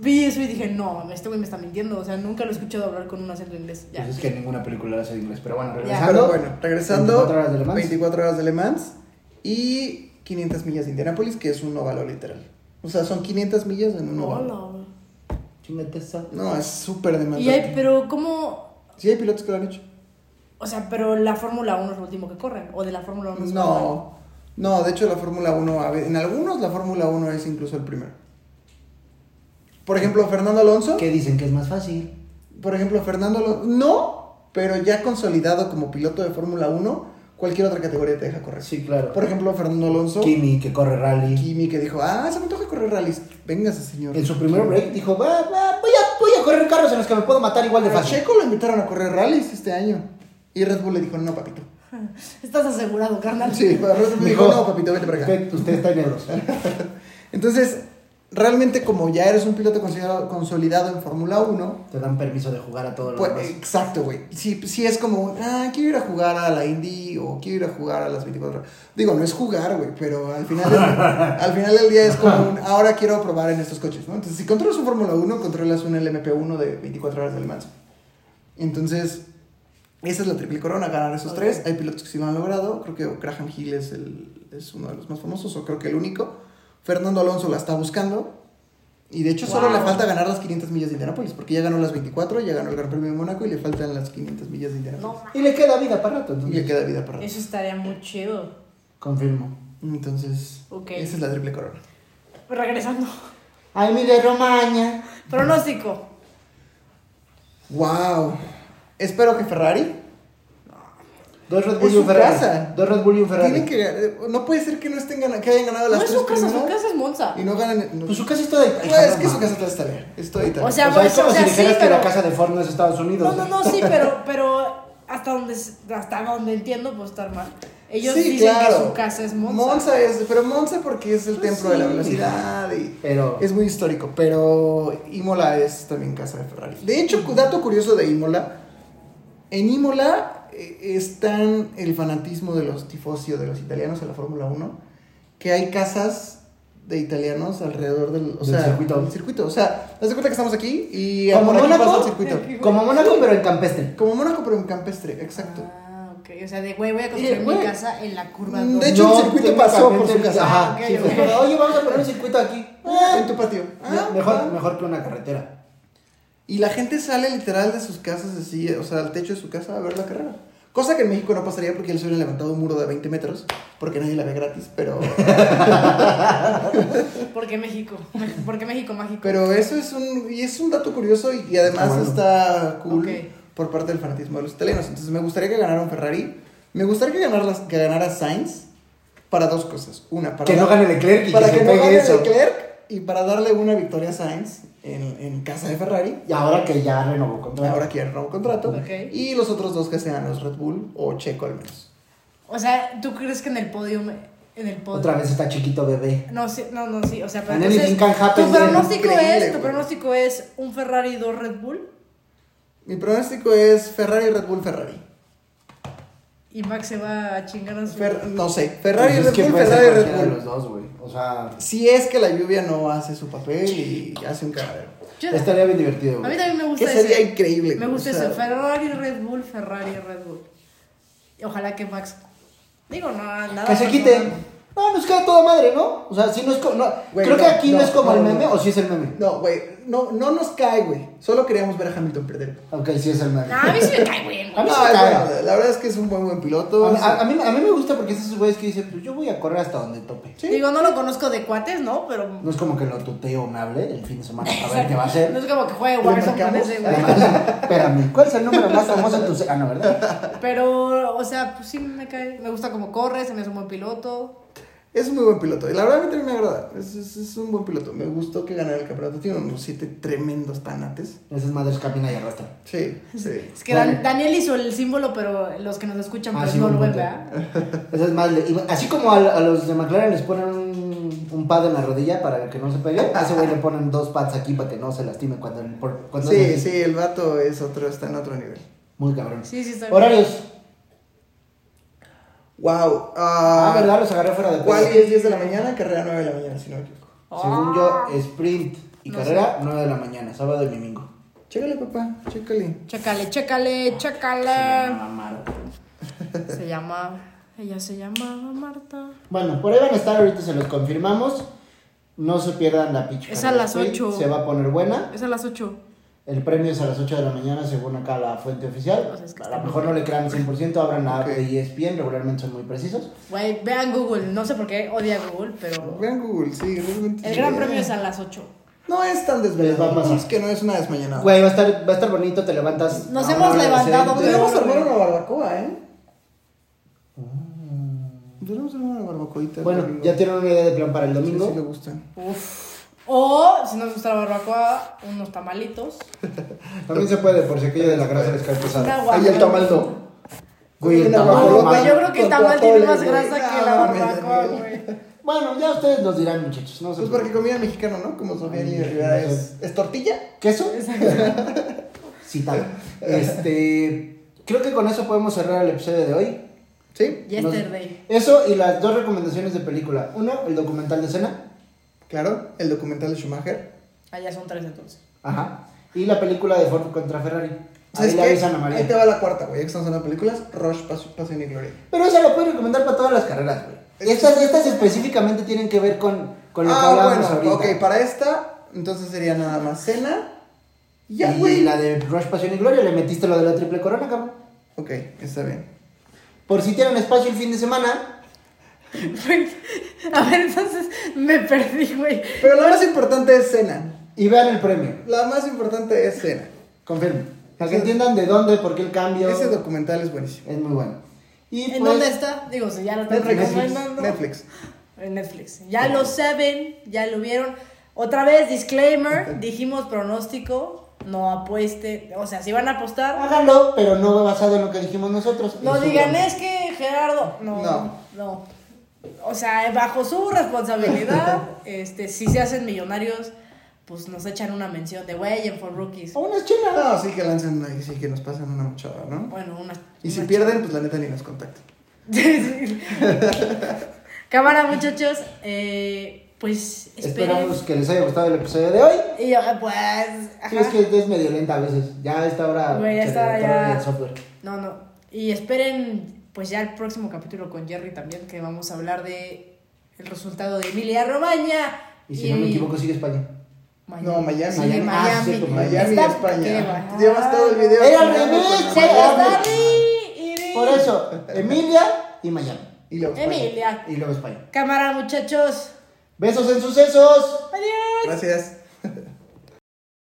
vi eso y dije, no, mames, este güey me está mintiendo. O sea, nunca lo he escuchado hablar con un acento inglés. Ya.
Pues es que ninguna película la hace en inglés. Pero bueno,
Pero
regresando.
bueno, regresando,
24 horas de Le Mans.
24 horas de Le Mans y 500 millas de Indianápolis, que es un óvalo literal. O sea, son 500 millas en un
Hola,
óvalo.
güey.
Chingate esa.
No, es súper
Y hay,
demandante.
pero ¿cómo?
Sí hay pilotos que lo han hecho.
O sea, pero la Fórmula 1 es lo último que corren. O de la Fórmula 1 es corren.
No, no, de hecho la Fórmula 1, a ve- en algunos la Fórmula 1 es incluso el primero. Por ejemplo, Fernando Alonso.
¿Qué dicen que es más fácil?
Por ejemplo, Fernando Alonso. No, pero ya consolidado como piloto de Fórmula 1, cualquier otra categoría te deja correr.
Sí, claro.
Por ejemplo, Fernando Alonso.
Kimi, que corre rally.
Kimi que dijo, ah, se me antoja correr rallies. Véngase, señor.
En su primer break dijo, va, va, voy, a, voy a correr carros en los que me puedo matar igual de
A
fácil.
Checo lo invitaron a correr rallies este año. Y Red Bull le dijo, no, papito.
Estás asegurado, carnal.
Sí, Red Bull le dijo, no, papito, vete para acá.
Usted, usted está en euros.
Entonces, realmente como ya eres un piloto considerado- consolidado en Fórmula 1,
Te dan permiso de jugar a todos los
pues,
demás.
exacto, güey. Sí, sí es como, un, ah, quiero ir a jugar a la Indy o quiero ir a jugar a las 24 horas. Digo, no es jugar, güey, pero al final, del, al final del día es como, un, ahora quiero probar en estos coches, ¿no? Entonces, si controlas un Fórmula 1, controlas un LMP1 de 24 horas de Le Mans. Entonces, esa es la triple corona, ganar esos
Ok.
tres. Hay pilotos que sí lo han logrado. Creo que Graham Hill es, el, es uno de los más famosos, o creo que el único. Fernando Alonso la está buscando. Y de hecho, solo
Wow.
le falta ganar las 500 millas de Indianápolis, porque ya ganó las 24, ya ganó el Gran Premio de Mónaco y le faltan las 500 millas de
No,
Indianápolis.
ma-
Y le queda vida para rato,
Y
entonces.
le queda vida para rato.
Eso estaría muy chido.
Confirmo.
Entonces,
Ok.
esa es la triple corona.
Regresando.
Ay, mire, Romaña.
Pronóstico.
¡Wow! Espero que Ferrari.
Dos Red
Es
Bull y un
su
Ferrari.
casa.
Dos Red Bull y un Ferrari.
Tienen que ganar- No puede ser que no estén gana- que hayan ganado
No
las
es
tres
su casa, su
primeras
casa es Monza.
Y no ganan. no-
Pues su casa está de
Pues, es que su casa está bien. Estoy
O
italiano.
sea,
o sea,
bueno,
es como
o sea,
si
sí,
dijeras que la
pero-
casa de Ford no es Estados Unidos.
No, no, no, sí, pero, pero hasta donde hasta donde entiendo puedo estar mal. Ellos
Sí,
dicen
claro.
que su casa es Monza.
Monza es, pero Monza porque es el
Pues
templo de la
sí.
velocidad y
Pero
es muy histórico, pero Imola es también casa de Ferrari. De hecho, cu- dato curioso de Imola, en Imola eh, están el fanatismo de los tifosi o de los italianos en la Fórmula 1, que hay casas de italianos alrededor del, o
Del
sea,
circuito.
del circuito, o sea, haz de cuenta que estamos aquí y ah,
Como
por aquí
Mónaco.
pasa el circuito.
Aquí.
como Mónaco, pero en campestre.
Como Mónaco pero en campestre, exacto.
Ah, ok. O sea, de güey, voy a construir mi
Mire, güey.
casa en la curva
Mm,
2.
de hecho, el circuito pasó por su
técnicamente,
casa.
Ajá,
Ah, ok,
sí, fue
ok.
como, Oye, vamos a poner un circuito aquí.
Ah, en tu patio. Ah,
Me- mejor,
ah.
mejor que una carretera.
Y la gente sale literal de sus casas así, o sea, al techo de su casa a ver la carrera. Cosa que en México no pasaría porque les hubieran levantado un muro de 20 metros, porque nadie la ve gratis, pero,
Porque México. Porque México mágico.
pero eso es un, y es un dato curioso y, y además
Ah, bueno.
está cool
Ok.
por parte del fanatismo de los italianos. Entonces me gustaría que ganara un Ferrari, me gustaría que ganara, que ganara Sainz para dos cosas. Una, para,
Que no
dar-
gane Leclerc y
para
que,
que,
se
no
pegue
gane
eso.
Leclerc y para darle una victoria a Sainz en, en casa de Ferrari.
Y ahora que ya renovó contrato.
Ahora quiere nuevo contrato.
Ok.
Y los otros dos que sean los Red Bull o Checo al menos.
O sea, ¿tú crees que en el podio... En el podio...
Otra vez está chiquito bebé.
No, sí, no, no, sí, o sea, pero
And
entonces,
anything can happen,
tu
güey,
pronóstico
increíble,
es, tu
güey.
pronóstico es un Ferrari y dos Red Bull
Mi pronóstico es Ferrari, Red Bull, Ferrari.
y Max se va a chingar a su...
Fer- no sé, Ferrari,
Pues es que
Red Bull,
puede ser
Ferrari, Red
cualquiera de
Bull.
los dos, güey. O sea,
Si es que la lluvia no hace su papel y hace un cagadero.
Yo-
estaría bien divertido,
a
güey.
mí también me
Que
gusta
sería
ese.
increíble.
Me
güey,
gusta
o sea,
ese, Ferrari, Red Bull, Ferrari, Red Bull. Y Ojalá que Max... Digo, no, nada.
Que se
personal.
quiten. No, nos queda toda madre, ¿no? O sea, si no es como. no,
Güey,
creo que
no,
aquí no,
no,
es como
no,
el
no,
meme,
no.
o sí es el meme.
No, güey, no, no nos cae, güey. Solo queríamos ver a Hamilton perder.
Ok, sí es el meme.
Nah, a mí sí me cae bien, güey.
A mí sí
No,
me
es
cae.
buena, la verdad es que es un buen buen piloto.
A,
o sea,
a- a mí, a mí me gusta porque es esos güeyes que dicen, pues yo voy a correr hasta donde tope.
Sí.
Digo, no lo conozco de cuates, ¿no? Pero...
No es como que lo tuteo o me hable el fin de semana a ver qué va a hacer.
No es como que juegue
¿Le
Warzone con
marcamos?
ese, güey.
Además, espérame, ¿cuál es el número más famoso en tu... se- Ah, no, ¿verdad?
Pero, o sea, pues sí me cae... Me gusta cómo corre, se me hace un buen piloto.
Es un muy buen piloto. Y la verdad a mí también me agrada. Es, es- es un buen piloto. Me gustó que ganara el campeonato. Tiene unos siete tremendos tanates.
Esas madres camina y arrastra.
Sí, sí.
Es que Dan-
Vale.
Daniel hizo el símbolo, pero los que nos escuchan
Ah,
pues
sí,
no
un
lo ven,
punto.
¿verdad?
Esas madres... y así como a, a los de McLaren les ponen un, un pad en la rodilla para que no se pegue, a ese güey le ponen dos pads aquí para que no se lastime cuando... el- por- cuando hace
Sí,
así.
sí, el vato es otro, está en otro nivel.
Muy cabrón.
Sí, sí, está bien.
Horarios.
Wow. ah,
Ah, ¿verdad? Los agarré fuera de
¿Cuál
pedo.
es 10 de la mañana? Carrera 9 de la mañana, si no me equivoco.
Según yo, sprint y
Ah. No
carrera, 9 de la mañana, sábado y domingo.
Chécale, papá, chécale.
Chécale, chécale,
Sí,
chécale.
no, mamá.
Se llama. Ella se llamaba Marta.
Bueno, por ahí van a estar, ahorita se los confirmamos. No se pierdan la picha.
Es a las ocho.
Se va a poner buena.
Es a las 8.
El premio es a las 8 de la mañana, según acá la fuente oficial.
O sea, es que
a
está
lo mejor no le crean 100%, abran la app
Ok.
de E ESPN, regularmente son muy precisos.
Güey, vean Google. No sé por qué odia Google, pero.
Vean Google, sí, realmente.
El
sí.
gran premio es a las 8.
No es tan
Les va a
desvelado.
pasar.
Es que no es una desmañanada.
Güey, va a estar, va a estar bonito, te levantas.
Nos
a
hemos
una hora
levantado,
decente.
pero-
Deberíamos armar una barbacoa, ¿eh? Ah. Deberíamos armar una barbacoita.
Bueno, ya tienen una idea de plan para el
domingo. Sí, sí le
domingo.
gusta.
Uf. O, si nos gusta la barbacoa, unos tamalitos.
También se puede, por si aquello de la grasa les cae
Una
pesada.
guajolota.
Ahí el tamaldo. Güey, el
Una
tamal no
guajolota.
Güey,
mames.
yo creo que el
Con
tamal
guacamole,
tiene más
güey.
grasa que la
No, mames,
barbacoa,
amigo.
güey.
Bueno, ya ustedes nos dirán, muchachos. No se
Pues porque
preocupen.
comida mexicana, ¿no? Como Sofía y Rivera es, es tortilla.
¿Queso? Citado. Este. Creo que con eso podemos cerrar el episodio de hoy.
Sí,
Yesterday.
Nos- Eso y las dos recomendaciones de película. Uno, el documental de cena.
claro. El documental de Schumacher.
Allá Ah, son tres entonces.
Ajá. Y la película de Ford contra Ferrari. Ahí
¿Sabes
le
qué?
avisan a
Ahí te
María.
va la cuarta, güey. Ya que estamos hablando de películas, Rush, Pas- Pasión y Gloria.
Pero esa la puedes recomendar para todas las carreras, güey. Estas, estas específicamente tienen que ver con, con lo que
Ah,
hablábamos
bueno,
ahorita.
ok, para esta, entonces sería nada más cena. y Ya,
y
güey.
la de Rush, Pasión y Gloria le metiste lo de la triple corona, cabrón.
Ok, está bien.
Por si tienen espacio el fin de semana.
Güey, A ver, entonces me perdí, güey.
Pero la más importante es cena.
Y vean el premio.
La más importante es cena.
Confirmo. Para que
Ese-
entiendan de dónde, por qué el cambio.
Ese documental es buenísimo.
Es muy bueno. Y
¿En
pues,
dónde está? Digo, si ya lo están
Netflix.
recomendando.
Netflix.
En Netflix. Ya lo saben, ya lo vieron. Otra vez, disclaimer, dijimos pronóstico, no apueste. O sea, si van a apostar,
háganlo, pero no basado en lo que dijimos nosotros.
no
Es un
digan
gran-
es que Gerardo. No,
No.
no. O sea, bajo su responsabilidad, este, si se hacen millonarios, pues nos echan una mención de güey en For Rookies.
O unas chelas.
No, sí que lancen una y sí que nos pasan una mochada, ¿no?
Bueno, una.
Y si
una-
pierden, pues la neta ni nos contactan.
Cámara, muchachos. eh, pues esperen.
Esperamos que les haya gustado el episodio de hoy.
Y yo, pues. ajá.
Sí, es que es medio lenta a veces. Ya a esta hora
Güey, ya
se
está,
le atora
ya.
el software.
No, no. Y esperen, pues ya el próximo capítulo con Jerry también, que vamos a hablar de el resultado de Emilia Romagna.
Y si no me equivoco, sigue España.
Miami.
No, Miami. pues
Sigue
Miami. Ah, sí,
Miami.
cierto,
Miami,
Está- qué
España.
bajada.
Llevas todo el video.
Era al
girando
revés,
con la
Se
Miami.
está
mano.
ahí, Iri.
Por eso, Emilia y Miami.
Y luego España.
Emilia.
Y luego España.
Cámara, muchachos.
Besos en sucesos.
Adiós.
Gracias.